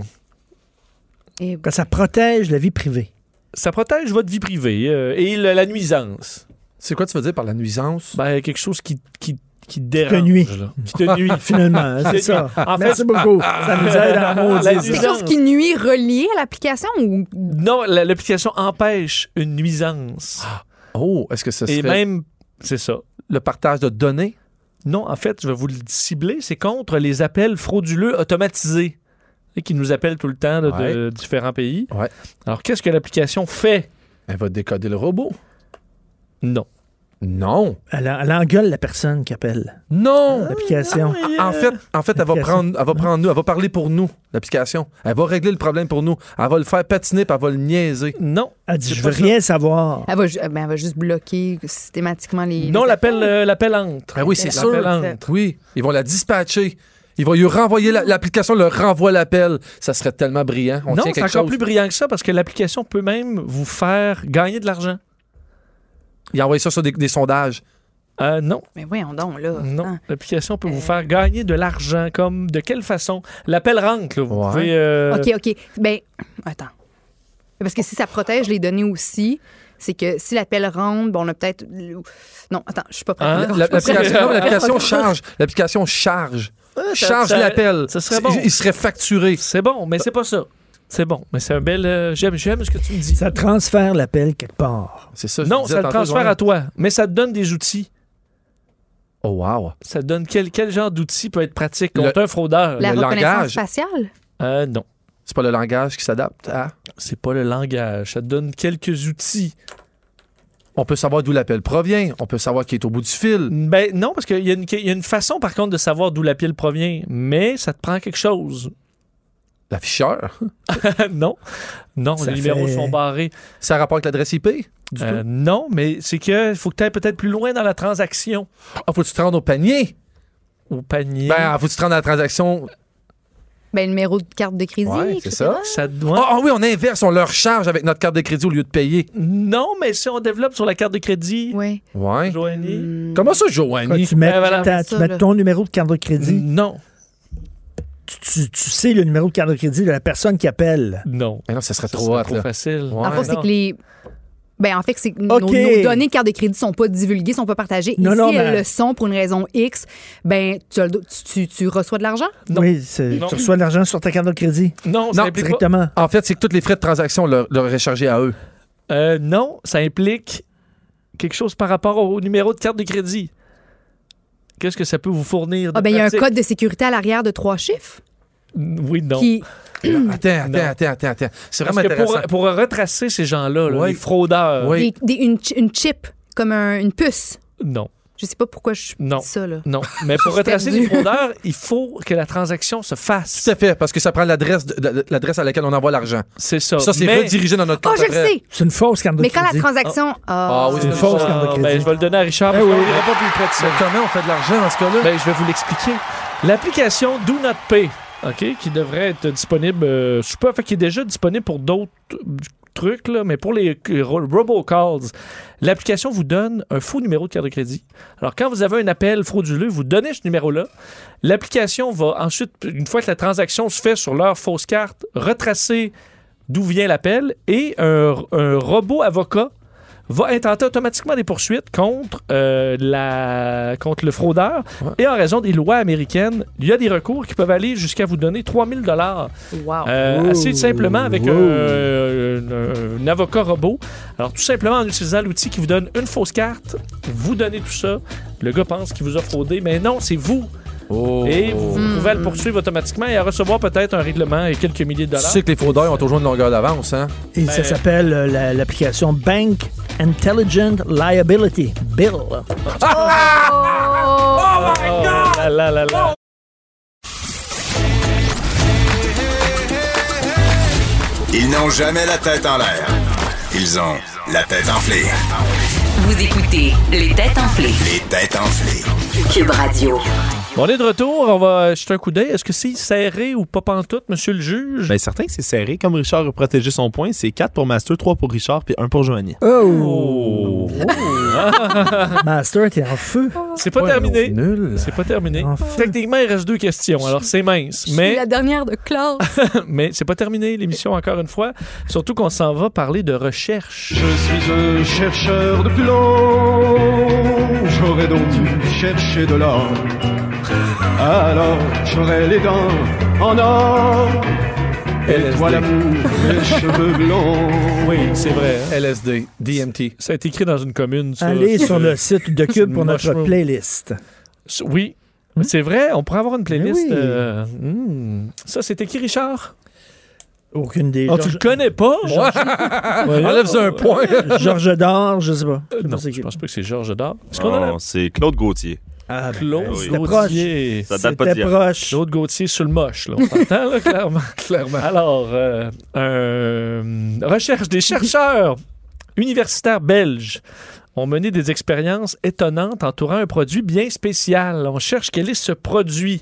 E: Et
D: Quand ça protège la vie privée.
C: Ça protège votre vie privée euh, et le- la nuisance.
F: C'est quoi tu veux dire par la nuisance?
C: Ben, quelque chose qui, qui, qui dérange.
D: nuit.
C: là. Qui te nuit.
D: Finalement, hein, c'est
C: C'est
D: ça.
C: bien. En
D: Merci
C: fait- Ah.
D: beaucoup. Ça nous aide
C: La
D: à maudire.
E: quelque chose qui nuit relié à l'application ou
C: Non, la- l'application empêche une nuisance.
F: Oh, est-ce que ce serait
C: et même, c'est ça.
F: le partage de données?
C: Non, en fait, je vais vous le cibler, c'est contre les appels frauduleux automatisés et qui nous appellent tout le temps là, de, différents pays.
F: Ouais.
C: Alors, qu'est-ce que l'application fait?
F: Elle va décoder le robot.
C: Non.
F: Non.
D: Elle, elle engueule la personne qui appelle
F: Non.
C: Ah
D: l'application.
F: En fait, en fait, elle va
D: L'application.
F: prendre, elle va prendre nous, elle va parler pour nous, l'application. Elle va régler le problème pour nous. Elle va le faire patiner, puis elle va le niaiser.
C: Non.
D: Elle dit
C: C'est
D: Je
C: pas
D: veux rien savoir.
E: elle va, ju- ben, elle va juste bloquer systématiquement les.
C: Non,
E: les
C: l'appel euh, l'appel entre.
F: Ah oui, c'est
C: L'appel
F: sûr.
C: entre.
F: Oui, ils vont la dispatcher. Il va lui renvoyer la- l'application, le renvoie l'appel. Ça serait tellement brillant. On
C: non,
F: tient
C: c'est
F: quelque
C: encore
F: chose.
C: plus brillant que ça parce que l'application peut même vous faire gagner de l'argent.
F: Il envoie ça sur des, des sondages.
C: Euh, non,
E: Mais voyons donc, là.
C: non.
E: Hein.
C: L'application peut vous faire gagner de l'argent. Comme de quelle façon L'appel rentre. là. Vous
F: Ouais.
C: pouvez, euh,
E: OK, OK. Ben, attends. Parce que si ça protège les données aussi, c'est que si l'appel rentre, bon, on a peut-être. Non, attends, je suis pas prête.
C: Hein?
E: là.
F: La- L'application non,
C: que- Ah,
F: l'application charge. L'application charge.
C: ça-
F: Charge
C: ça-
F: l'appel.
C: ça serait bon.
F: Il serait facturé.
C: C'est bon, mais c'est pas ça. C'est bon, mais c'est un bel. euh, j'aime, j'aime ce que tu me dis.
D: Ça transfère l'appel quelque part.
F: C'est ça. je
C: non,
F: disais
C: ça le
F: tantôt,
C: transfère
F: Joanne.
C: à toi, mais ça te donne des outils.
F: Oh, wow.
C: Ça te donne quel, quel genre d'outil peut être pratique
F: Le-
C: contre un fraudeur
E: La
F: le
E: reconnaissance
F: langage.
E: faciale?
C: Euh, Non,
F: C'est pas le langage qui s'adapte à.
C: c'est pas le langage. Ça te donne quelques outils.
F: On peut savoir d'où l'appel provient. On peut savoir qui est au bout du fil.
C: Ben non, parce qu'il y, a une- il y a une façon par contre de savoir d'où la pile provient, mais ça te prend quelque chose.
F: L'afficheur.
C: non, non,
D: Ça
C: les numéros
D: fait-
C: sont barrés.
F: Ça a rapport avec l'adresse IP. Du
C: Euh,
F: tout.
C: non, mais c'est que faut que tu ailles peut-être plus loin dans la transaction
F: Ah, faut que tu te rendes au panier.
C: au panier.
F: Ben, faut que tu te rendes à la transaction.
E: Ben, numéro de carte de crédit.
F: Ouais, c'est
E: etc.
F: ça.
C: ça te
F: Ah ah oui, on inverse, on leur charge avec notre carte de crédit au lieu de payer.
C: Non, mais si on développe sur la carte de crédit,
E: Oui.
F: Ouais.
C: Joanie.
E: Mmh.
F: Comment ça,
D: Quand
F: Joanie?
D: tu mets,
C: Ben voilà,
D: ta-
E: ça,
D: tu mets
E: là.
D: ton numéro de carte de crédit,
C: Non,
D: tu, tu- tu sais le numéro de carte de crédit de la personne qui appelle.
C: non.
F: Mais non, ça serait
C: Ça,
F: trop
C: c'est
F: hot,
C: trop
F: là.
C: facile.
F: Ouais.
E: En fait, c'est
C: Non.
E: que les. Ben, en fait, c'est que nos-
D: OK.
E: nos, données de carte de crédit sont pas divulguées, sont pas partagées.
D: Non,
E: Et si
D: non,
E: elles
D: mais-
E: le sont pour une raison X, ben, tu, as le do- tu, tu- tu reçois de l'argent.
C: Non.
D: Oui, c'est-
C: Non.
D: tu reçois de l'argent sur ta carte de crédit
C: Non, ça
F: Non,
C: implique pas-
D: directement.
F: En fait, c'est que tous les frais de transaction leur, leur est chargé à eux.
C: Euh, non, ça implique quelque chose par rapport au numéro de carte de crédit. Qu'est-ce que ça peut vous fournir? de
E: Ah, ben, il y a un
C: pratique?
E: code de sécurité à l'arrière de trois chiffres
C: Oui, non.
E: qui.
F: Attends, attends,
C: Hmm. Non.
F: attends, attends, attends. C'est
C: Parce
F: vraiment
C: que pour,
F: intéressant.
C: pour retracer ces gens-là, là,
F: Oui.
C: les fraudeurs,
F: Oui.
E: des- des- une, chi- une chip, comme un- une puce.
C: non,
E: Je sais pas pourquoi je
C: Non.
E: dis ça, là.
C: non. Mais pour
E: Je suis
C: retracer
E: perdue.
C: les fraudeurs, il faut que la transaction se fasse.
F: Tout à fait, parce que ça prend l'adresse de- de- de- l'adresse à laquelle on envoie l'argent.
C: C'est ça.
F: Ça, c'est
C: Oh, Mais-
F: redirigé dans notre
E: Oh,
F: compte.
E: je le
F: après.
E: sais!
D: C'est une fausse carte de
E: Mais quand la
D: crédit.
E: transaction. Ah,
F: Ah oui,
D: C'est une
F: c'est
D: fausse
F: ça.
D: carte de
C: Ah,
D: crédit.
C: ben, je vais le donner à Richard. parce qu'on ira pas plus près de ça.
F: Mais comment on fait de l'argent dans ce cas-là?
C: Ben, je vais vous l'expliquer. L'application Do Not Pay, OK, qui devrait être disponible euh, sous peu, enfin, qui est déjà disponible pour d'autres euh, trucs, là, mais pour les euh, ro- robocalls, l'application vous donne un faux numéro de carte de crédit. Alors, quand vous avez un appel frauduleux, vous donnez ce numéro-là. L'application va ensuite, une fois que la transaction se fait sur leur fausse carte, retracer d'où vient l'appel et un, un robot avocat va intenter automatiquement des poursuites contre, euh, la, contre le fraudeur. Et en raison des lois américaines, il y a des recours qui peuvent aller jusqu'à vous donner 3000 dollars
E: Wow.
C: euh, assez simplement avec
D: Wow.
C: euh, un, un avocat robot. Alors, tout simplement en utilisant l'outil qui vous donne une fausse carte, vous donnez tout ça. Le gars pense qu'il vous a fraudé, mais non, c'est vous.
F: Oh.
C: Et vous, vous pouvez le poursuivre automatiquement et à recevoir peut-être un règlement et quelques milliers de
F: Tu
C: dollars.
F: sais que les fraudeurs ont toujours une longueur d'avance, hein?
D: Et ça
C: Ben-
D: s'appelle euh, la- l'application Bank Intelligent Liability Bill.
K: Oh,
C: Oh là là là là.
L: Ils n'ont jamais la tête en l'air. Ils ont la tête enflée.
A: Vous écoutez Les têtes enflées.
L: Les têtes enflées.
A: Cube Radio.
C: Bon, on est de retour, on va jeter un coup d'œil. Est-ce que c'est serré ou pas pantoute, monsieur le juge?
I: Bien, Ben, certain que c'est serré. Comme Richard a protégé son point, c'est 4 pour Master, 3 pour Richard, puis 1 pour Joanie.
C: Oh.
D: Master, t'es en feu.
C: C'est pas
K: Oh,
F: Ouais,
C: terminé.
F: non, Nul.
C: C'est pas terminé.
D: Enfin.
C: Techniquement, il reste deux questions, alors c'est mince.
E: Je suis
C: Mais,
E: la dernière de classe.
C: mais c'est pas terminé l'émission encore une fois. Surtout qu'on s'en va parler de recherche.
G: Je suis un chercheur de plomb. J'aurais donc dû chercher de l'or. Alors j'aurais les dents en or. Et toi l'amour, les cheveux blonds.
C: Oui, c'est vrai. hein.
F: LSD, DMT.
C: Ça a été écrit dans une commune. ça.
D: Allez
C: C'est-
D: sur le site de Cube pour notre
C: Mushroom.
D: playlist.
C: c'est- Oui. Mais C'est vrai, on pourrait avoir une playlist.
D: Mais oui.
C: euh, hmm. Ça, c'était qui, Richard?
D: Aucune des.
C: Oh, tu le
D: Georges
C: connais pas?
F: Enlève un point.
D: Georges d'or, je sais pas. Je sais
C: Euh, Non,
D: pas c'est
C: je
D: qui.
C: pense pas que c'est Georges Dard. Est-ce qu'on a la
K: Ah, c'est Claude Gauthier.
D: Ah, ben,
C: Claude
K: oui.
D: C'était proche.
C: Gauthier?
K: Ça date pas
D: C'était
K: d'hier.
D: proche.
C: Claude Gauthier sur le moche, là. On s'entend, là, clairement.
F: Clairement.
C: Alors, euh, euh, recherche des chercheurs universitaires belges ont mené des expériences étonnantes entourant un produit bien spécial. On cherche quel est ce produit.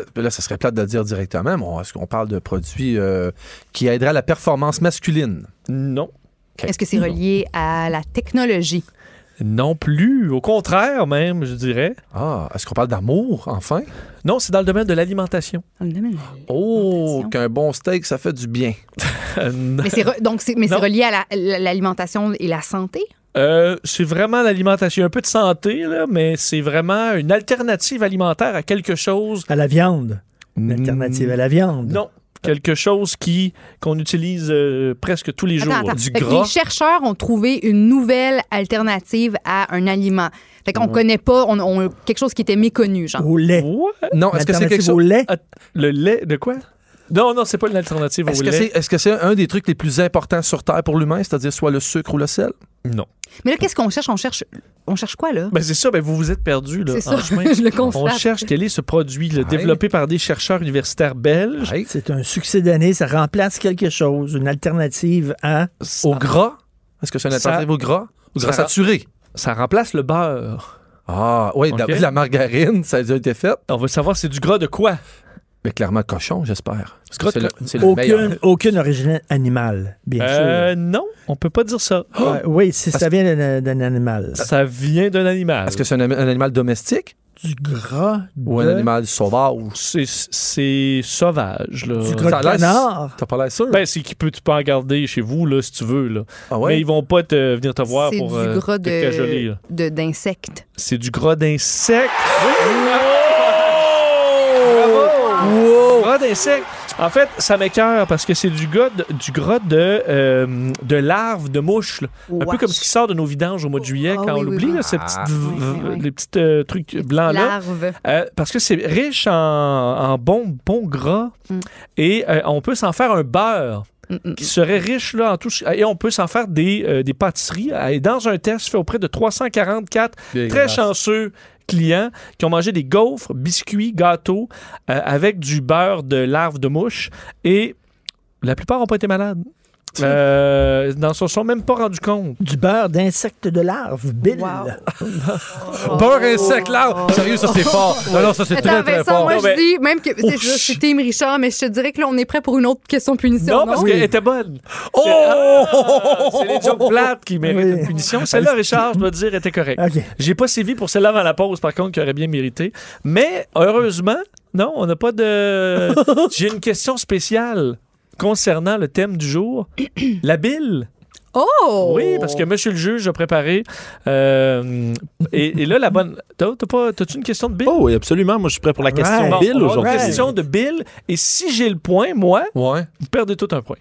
F: euh, là, ça serait plate de le dire directement, mais on- est-ce qu'on parle de produits euh, qui aideraient à la performance masculine?
C: Non.
E: Est-ce que c'est relié à la technologie?
C: Non plus. Au contraire, même, je dirais.
F: Ah, est-ce qu'on parle d'amour, enfin?
C: Non, c'est dans le domaine de l'alimentation.
F: Oh, qu'un bon steak, ça fait du bien.
E: Mais c'est re- donc c'est mais c'est relié à la- la- l'alimentation et la santé?
C: Euh, c'est vraiment l'alimentation. Un peu de santé, là, mais c'est vraiment une alternative alimentaire à quelque chose.
D: À la viande. Une alternative à la viande.
C: Non. Quelque chose qui qu'on utilise euh, presque tous les jours.
E: Attends, attends. Fait que Les chercheurs ont trouvé une nouvelle alternative à un aliment. Fait qu'on
C: Ouais.
E: connaît pas, on, on- quelque chose qui était méconnu,
C: Oh.
E: genre.
D: Au lait.
F: Non, est-ce que c'est quelque chose...
D: lait?
C: Le lait de quoi? Non, non, c'est pas une alternative
F: Est-ce
C: au
F: que
C: lait.
F: c'est est-ce que c'est un des trucs les plus importants sur Terre pour l'humain, c'est-à-dire soit le sucre ou le sel?
C: Non.
E: Mais là, qu'est-ce qu'on cherche? On cherche on cherche quoi, là?
C: Ben c'est ça, ben vous vous êtes perdu là,
E: C'est ça,
C: en chemin.
E: je le constate.
C: On cherche quel est ce produit là, développé par des chercheurs universitaires belges.
D: C'est un succès d'année, ça remplace quelque chose, une alternative à...
F: Au gras? Est-ce que c'est une alternative au gras? Au gras
C: ça-
F: saturé?
C: Ça remplace le beurre.
F: Ah, oui,
C: Ok.
F: la, la margarine, ça a déjà été fait.
C: On veut savoir c'est du gras de quoi?
F: Mais clairement, cochon, j'espère. Parce que
C: Gras
F: C'est
C: de
F: le,
C: co-
F: c'est le meilleur.
D: Aucune, aucune origine animale, bien
C: Euh, non, on peut pas dire ça.
F: oh!
D: sûr. Ouais, oui, si ça vient d'un d'un animal.
C: Ça vient d'un animal.
F: Est-ce que c'est un, am- un animal domestique
D: Du gras,
F: ou un
D: de-
F: animal sauvage?
C: c'est c'est sauvage là.
D: du gras
F: Ça a
D: de
F: l'air-
D: canard.
F: T'as pas l'air sûr?
C: Ben, c'est qui peut tu peux en garder chez vous là si tu veux là.
F: ah ouais?
C: Mais ils vont pas te venir te voir
E: C'est
C: pour
E: du
C: euh,
E: gras
C: te cajoler.
E: de
C: là.
E: de- d'insectes.
C: C'est du gras d'insectes. Oh! Gras d'insectes. En fait, ça m'écœure parce que c'est du gras de, du gras de, euh, de larves de mouches. là. Un peu
E: Wesh.
C: comme ce qui sort de nos vidanges au mois de juillet
E: Ah
C: quand
E: oui,
C: on
E: oui,
C: l'oublie,
E: oui.
C: là, ces petites
F: Ah.
C: v-
E: Oui, oui, oui.
C: les petits euh, trucs blancs-là.
E: Larves.
C: Euh, parce que c'est riche en, en bon, bon gras
E: Mm.
C: et euh, on peut s'en faire un beurre
E: Mm, mm.
C: qui serait riche là, en tout. Et on peut s'en faire des, euh, des pâtisseries. Et dans un test fait auprès de 344 très
F: Dégueulasse.
C: chanceux clients qui ont mangé des gaufres, biscuits, gâteaux euh, avec du beurre de larves de mouche et la plupart n'ont pas été malades. Euh, n'en se sont même pas rendus compte.
D: Du beurre d'insectes de larve, Bill.
E: Wow.
F: Beurre, insecte, larve! Sérieux, ça c'est fort! Non, non, ça c'est
E: Attends,
F: très très
E: Vincent,
F: fort.
E: moi,
C: Non,
E: je
C: mais-
E: dis même que c'est
C: Ouch.
E: juste- c'est Team Richard, mais je te dirais que là, on est prêt pour une autre question punition.
C: Non,
E: Non,
C: parce qu'elle était bonne.
F: Oh!
C: Ah, c'est les jokes plates qui méritent
D: Oui.
C: une punition. Celle-là, Richard, je dois dire, était correcte.
D: OK.
C: J'ai pas sévi pour celle-là avant la pause, par contre, qui aurait bien mérité. Mais heureusement, non, on n'a pas de. J'ai une question spéciale concernant le thème du jour la bile.
E: Oh!
C: Oui, parce que monsieur le juge a préparé. euh, et, et là, la bonne. T'as t'as pas... T'as-tu une question de bile?
I: Oh oui, absolument. Moi, je suis prêt pour la question
D: Right.
C: Bon, on
I: Bill
C: va avoir une
I: aujourd'hui.
C: question de bile. Et si j'ai le point, moi,
F: Ouais.
C: vous perdez tout un point.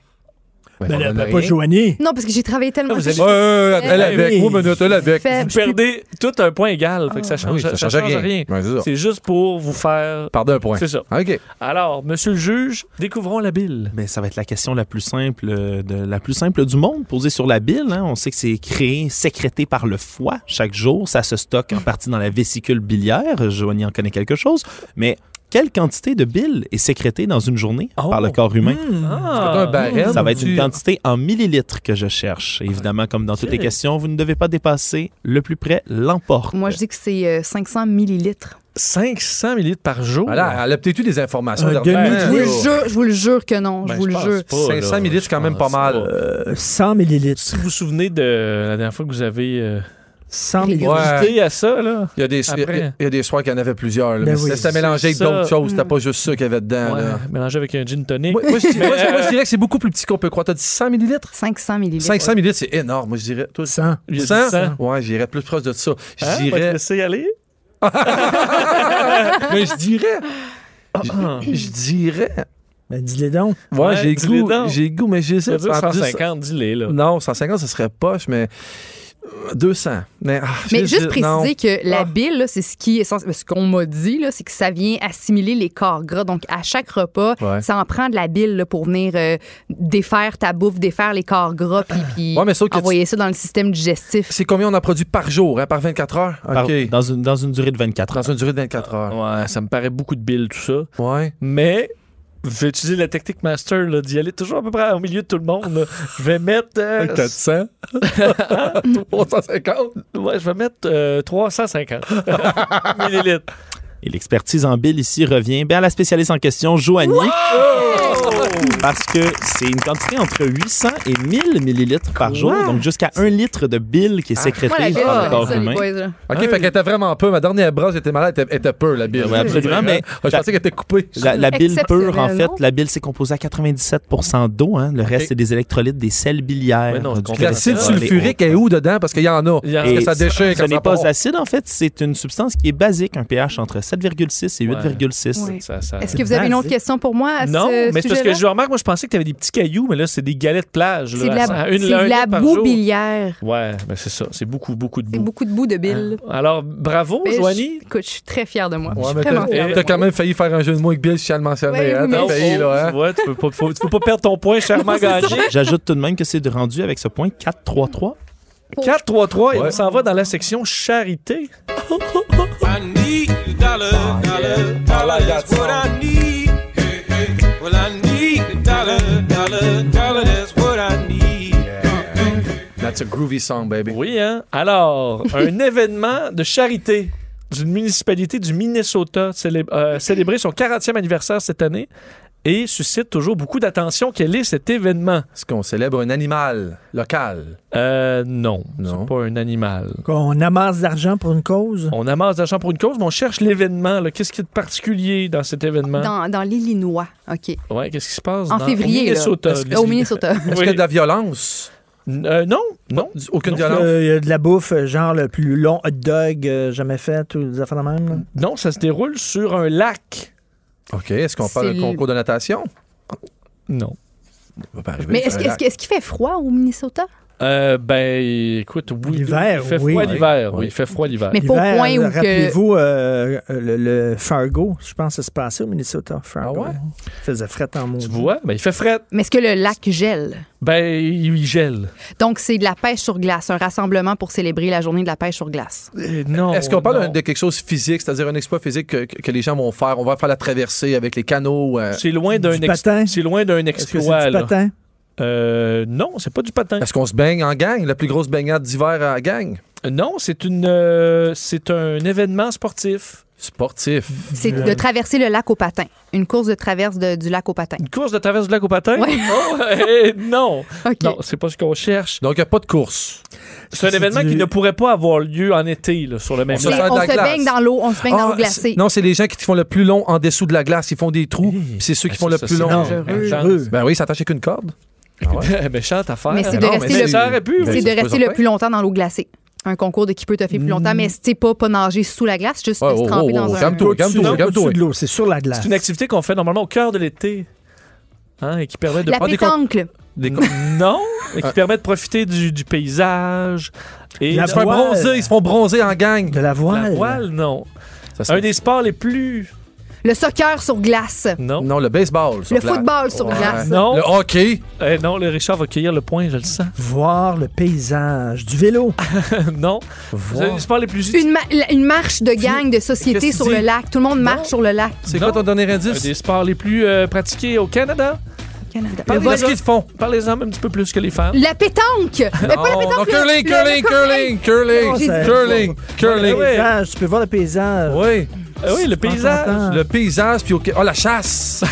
F: Ben,
D: Ben,
F: on
D: là,
F: en a
D: ben,
F: rien.
D: pas Joanie.
E: Non, parce que j'ai travaillé tellement.
C: Vous avez-
F: Ouais, ouais, ouais, elle
C: Eh
F: avec.
D: oui.
F: Oui, minute, elle avec.
E: Fait-
C: Vous perdez tout un point égal. Fait que ça
F: Ah
C: change,
F: oui,
C: ça change rien.
F: Ouais, c'est ça.
C: C'est juste pour vous faire.
F: Pardon, un point.
C: C'est ça.
F: OK.
C: Alors, monsieur le juge, découvrons la bile.
I: Mais ça va être la question la plus simple, euh, de, la plus simple du monde posée sur la bile. hein. On sait que c'est créé, sécrété par le foie chaque jour. Ça se stocke en partie dans la vésicule biliaire. Joanie en connaît quelque chose. Mais quelle quantité de bile est sécrétée dans une journée
C: Oh.
I: par le corps humain?
D: Hmm.
C: Ah,
F: un barème.
I: Ça va être
F: tu-
I: une quantité en millilitres que je cherche. Évidemment, comme dans toutes les questions, vous ne devez pas dépasser le plus près l'emporte.
E: Moi, je dis que c'est euh, 500 millilitres.
C: 500 millilitres par jour.
F: Voilà, elle a peut-être eu des informations.
D: Un
E: Je
D: demi-litre.
F: dernièrement.
E: vous, le jure, je vous le jure que non.
C: Ben,
E: je vous le
C: pense
E: jure.
C: pas, là.
F: 500 millilitres, c'est quand
C: Je
F: même
C: pense
F: pas mal.
D: Euh, 100 millilitres.
C: Si vous vous souvenez de la dernière fois que vous avez euh,
D: 100
E: Les
D: millilitres.
E: gars.
F: Ouais.
C: goûté à ça, là.
F: Il y a des, il y a-
C: Après.
F: il y a des soirs qu'il y en avait plusieurs. là,
D: Ben
F: mais
D: oui.
F: C'était mélangé avec
C: C'est
F: d'autres
C: ça.
F: choses. C'était pas juste ça qu'il y avait dedans.
C: Ouais,
F: Ah, là.
C: Mélangé avec un gin tonic.
F: Moi, moi, je dirais, moi, je- moi, je dirais que c'est beaucoup plus petit qu'on peut croire. T'as dit 100 millilitres?
E: 500 millilitres.
F: 500 millilitres, c'est énorme. Moi, je dirais. Toi,
D: 100.
C: Il a dit
F: 100?
C: 100.
F: Ouais, j'irais plus proche de ça. Je
C: Hein? On va te
F: dirais.
C: laisser y aller?
F: Mais je dirais. Je je dirais.
D: Ben, dis-les donc.
F: Ouais,
C: Ouais,
F: j'ai
C: dis-les
F: goût.
C: donc.
F: J'ai goût, mais
C: Ça veut
F: j'hésite.
C: dire
F: En plus,
C: 150, dis-les, là.
F: Non, 150, ce serait poche, mais. euh, 200. Mais, ah,
E: Mais
F: j'hésite,
E: juste
F: non.
E: préciser que la
F: Ah.
E: bile, là, c'est ce qui est essentiel- ce qu'on m'a dit, là, c'est que ça vient assimiler les corps gras. Donc, à chaque repas,
F: Ouais.
E: ça en prend de la bile là, pour venir euh, défaire ta bouffe, défaire les corps gras, puis, puis
F: Ouais, mais sauf que tu-
E: envoyer ça dans le système digestif.
F: C'est combien on en produit par jour, hein, par 24 heures?
I: Par-
F: OK.
I: dans, une, dans une durée de 24 heures.
F: Dans une durée de 24 heures.
C: Ouais, ça me paraît beaucoup de bile, tout ça.
F: Ouais.
C: Mais je vais utiliser la technique master là, d'y aller toujours à peu près au milieu de tout le monde. là. Je vais mettre. euh,
F: 400. 350.
C: ouais, je vais mettre euh, 350 millilitres.
I: Et l'expertise en bile ici revient ben, à la spécialiste en question, Joanie. Parce que c'est une quantité entre 800 et 1000 millilitres par jour, donc jusqu'à 1 litre de bile
F: Ah.
I: qui est sécrétée
E: Moi, la bile, euh,
I: par
E: c'est
I: hein, le corps
E: ça, les
I: humain.
E: boys, là.
F: OK, fait qu'elle était vraiment peu. Ma dernière brosse, j'étais malade, elle était- elle était peu, la bille.
I: Ouais, absolument, mais-
F: Ah, Je pensais qu'elle était coupée.
I: La, la bile pure, en
E: Exceptionnel,
I: fait,
E: non?
I: la bile, c'est composée à 97 d'eau. hein. Le reste, c'est des électrolytes, des sels biliaires.
C: Ouais, non, je
I: du
C: comprends
I: cholestérol,
F: L'acide
I: des
F: sulfurique est où dedans? Parce qu'il y en a.
C: Il y en a.
F: Parce que ça
I: Et
F: déchire
I: Ce
F: quand
I: n'est
F: ça
I: pas
F: part.
I: acide, en fait, c'est une substance qui est basique, un pH entre 7,6 et
C: Ouais.
I: 8,6.
E: Ouais.
C: Ça- ça-
E: Est-ce que vous avez une autre question pour moi à
C: Non,
E: ce
C: mais c'est parce
E: sujet-là?
C: que je remarque, moi, je pensais que tu avais des petits cailloux, mais là, c'est des galets de plage.
E: C'est
C: là,
E: de
C: à-
E: la,
C: une-
E: c'est
C: un
E: de la
C: litre par
E: boue
C: jour.
E: biliaire.
C: Ouais, ben c'est ça. C'est beaucoup, beaucoup de
E: C'est
C: boue.
E: beaucoup de boue de bile.
C: Alors, bravo,
E: Mais je-
C: Ah. Joanie.
E: écoute, je suis très fière de moi.
F: Ouais,
E: je suis
F: mais
E: vraiment
F: t'as-
E: fière. de
F: T'as
E: moi.
F: quand même failli faire un jeu de mots avec Bill, si je tiens à le mentionner.
E: Ouais,
F: hein, T'as
E: mais-
F: failli, là. hein?
C: Ouais, tu peux pas, faut, tu peux pas perdre ton point, chèrement gagné.
I: J'ajoute tout de même que c'est rendu avec ce point 4-3-3.
C: 4-3-3, et
F: Ouais.
C: on s'en va dans la section charité.
F: That's a groovy song, baby.
C: Oui, hein? Alors, un événement de charité d'une municipalité du Minnesota célébrait célébré son 40e anniversaire cette année et suscite toujours beaucoup d'attention. Quel est cet événement?
F: Est-ce qu'on célèbre un animal local?
C: Euh, non,
F: Non.
C: c'est pas un animal.
D: On amasse d'argent pour une cause.
C: On amasse d'argent pour une cause, mais on cherche l'événement. là. Qu'est-ce qui est de particulier dans cet événement?
E: Dans, dans l'Illinois, OK.
C: Ouais, qu'est-ce qui se passe?
E: En
C: dans-
E: février,
C: Au
E: là.
C: Minnesota.
E: Là, au Minnesota.
F: Est-ce
C: Oui.
F: qu'il y a de la violence?
C: N- euh, non, non.
F: Du- Aucune
C: Non.
D: Euh, Il
F: violence?
D: y a de la bouffe, euh, genre le plus long hot dog euh, jamais fait, ou des affaires de même. là.
C: Non, ça se déroule sur un lac.
F: OK, est-ce qu'on parle
E: C'est
F: de
E: le-
F: concours de natation?
C: Non.
F: Ça va pas arriver,
E: Mais
F: c'est
E: est-ce, que-
F: Ben, un
E: est-ce,
F: lac.
E: que- est-ce qu'il fait froid au Minnesota?
C: Euh, ben, écoute, oui.
D: L'hiver,
C: il fait
D: oui.
C: froid l'hiver.
F: Oui.
C: Oui, il fait froid l'hiver.
E: Mais pas au
D: L'hiver,
E: point où que-
D: Rappelez-vous euh, euh, le, le Fargo, je pense que ça se passait au Minnesota. Fargo.
F: Ah ouais?
D: Il faisait fret en mots.
C: Tu vois, ben, il fait fret.
E: Mais est-ce que le lac gèle?
C: Ben, il il gèle.
E: Donc, c'est de la pêche sur glace, un rassemblement pour célébrer la journée de la pêche sur glace.
C: Euh, non.
F: Est-ce qu'on parle
C: non.
F: de quelque chose de physique, c'est-à-dire un exploit physique que, que- que les gens vont faire? On va faire la traversée avec les canots. euh,
C: C'est loin d'un
D: Du
C: ex-
D: patin?
C: C'est loin d'un
D: Est-ce que c'est
C: exploit.
D: du
C: là.
D: patin?
C: Euh, non, c'est pas du patin.
F: Est-ce qu'on se baigne en gang? La plus grosse baignade d'hiver en gang?
C: Non, c'est une, euh, c'est un événement sportif.
F: Sportif.
E: C'est de traverser le lac au patin. Une course de traverse de- du lac au patin.
C: Une course de traverse du lac au patin.
E: Ouais.
C: Oh, eh, non,
E: OK.
C: non, c'est pas ce qu'on cherche.
F: Donc, il n'y a pas de course.
C: C'est un événement
D: du-
C: qui ne pourrait pas avoir lieu en été là, sur le même
F: On
E: Mais
F: se
C: lac.
F: sent de
E: on
F: la
E: se
F: glace.
E: baigne dans l'eau, on se baigne
F: Ah,
E: dans l'eau glacée.
F: c'est- Non, c'est les gens qui font le plus long en dessous de la glace. Ils font des trous, puis c'est ceux qui
C: Ah,
F: font
C: ça,
F: le
C: ça,
F: plus
C: c'est
F: long.
C: dangereux.
D: Dangereux.
F: Ben oui, ça attache avec une corde.
C: Méchante affaire.
E: Mais c'est de
F: non,
E: rester
F: mais
E: le-
C: ça aurait pu.
F: Ben,
E: c'est
F: c'est
E: de
F: pas
E: rester
F: certain.
E: le plus longtemps dans l'eau glacée. Un concours de qui peut te faire plus
F: Mm.
E: longtemps, mais c'est pas pas nager sous la glace, juste
F: Ouais,
E: de se
F: oh,
E: tremper
F: oh,
E: dans
F: oh,
E: un.
F: calme-toi,
D: Au-dessus
F: calme-toi,
D: au-dessus
F: calme-toi.
D: de l'eau, c'est sur la glace.
C: C'est une activité qu'on fait normalement au cœur de l'été. Hein, et qui permet de
E: La
C: prendre des
E: pétancle.
F: Des co-
C: con- Non, et qui permet de profiter du, du paysage. Et
D: La
F: Ils se font
D: voile.
F: bronzer, ils se font bronzer en gang.
D: De la voile.
C: La voile, non. Un des sports les plus.
E: Le soccer sur glace.
C: Non.
F: Non, le baseball. Mm. sur
E: Le
F: glace.
E: football sur
F: Ouais.
E: glace.
C: Non.
F: Le hockey.
C: Eh, non, le Richard va cueillir le point, je le sens.
D: Voir le paysage. Du vélo.
C: Ah, non.
D: Voir.
C: C'est les sports les plus utiles.
E: Une, ma- la- une marche de gang de société
F: Qu'est-ce que
E: sur
F: tu
E: le
F: dis?
E: lac. Tout le monde marche sur le lac
F: C'est quoi ton dernier
C: Un
F: indice?
C: des sports les plus euh, pratiqués au Canada.
E: du Canada.
F: Parlez de ce qu'ils font.
C: Par les hommes un petit peu plus que les femmes.
E: La pétanque! Mais pas la
F: Oh, non,
E: pétanque! le-
F: curling,
E: le-
F: curling,
E: le
F: curling, curling,
D: j'ai dit-
F: curling, curling.
C: Ouais.
D: Paysage, tu peux voir le paysage.
F: Oui.
C: Ah oui, le paysage.
D: Attends.
F: Le paysage, puis au... oh, la chasse.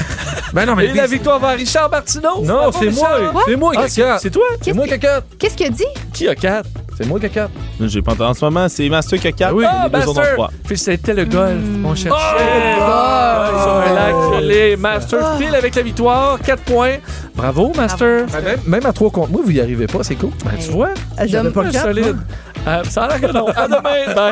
F: ben non, mais
C: Et
F: le
C: la
F: paysage-
C: victoire va à Richard Martineau.
F: Non,
C: Bravo,
F: c'est
C: Richard.
F: moi. C'est moi,
C: Ah, c'est-
F: caca.
C: c'est toi
F: C'est moi, caca.
E: Qu'est-ce qu'il a dit?
C: qui a 4.
F: C'est moi, caca.
I: J'ai pas entendu en ce moment, c'est Master que 4
F: Ah oui,
I: les deux autres ont trois.
C: Puis c'était le golf, mon cher. Sur un lac gelé. Master pile avec la victoire. 4 points. Bravo, Master.
F: Ah, Même, même à trois contre moi, vous y arrivez pas, c'est cool.
C: Ben, tu vois,
D: Eh, j'avais
E: Dom-
D: pas
C: un
D: quatre, moi.
C: solide. Euh, ça a l'air que non. À demain. Bye.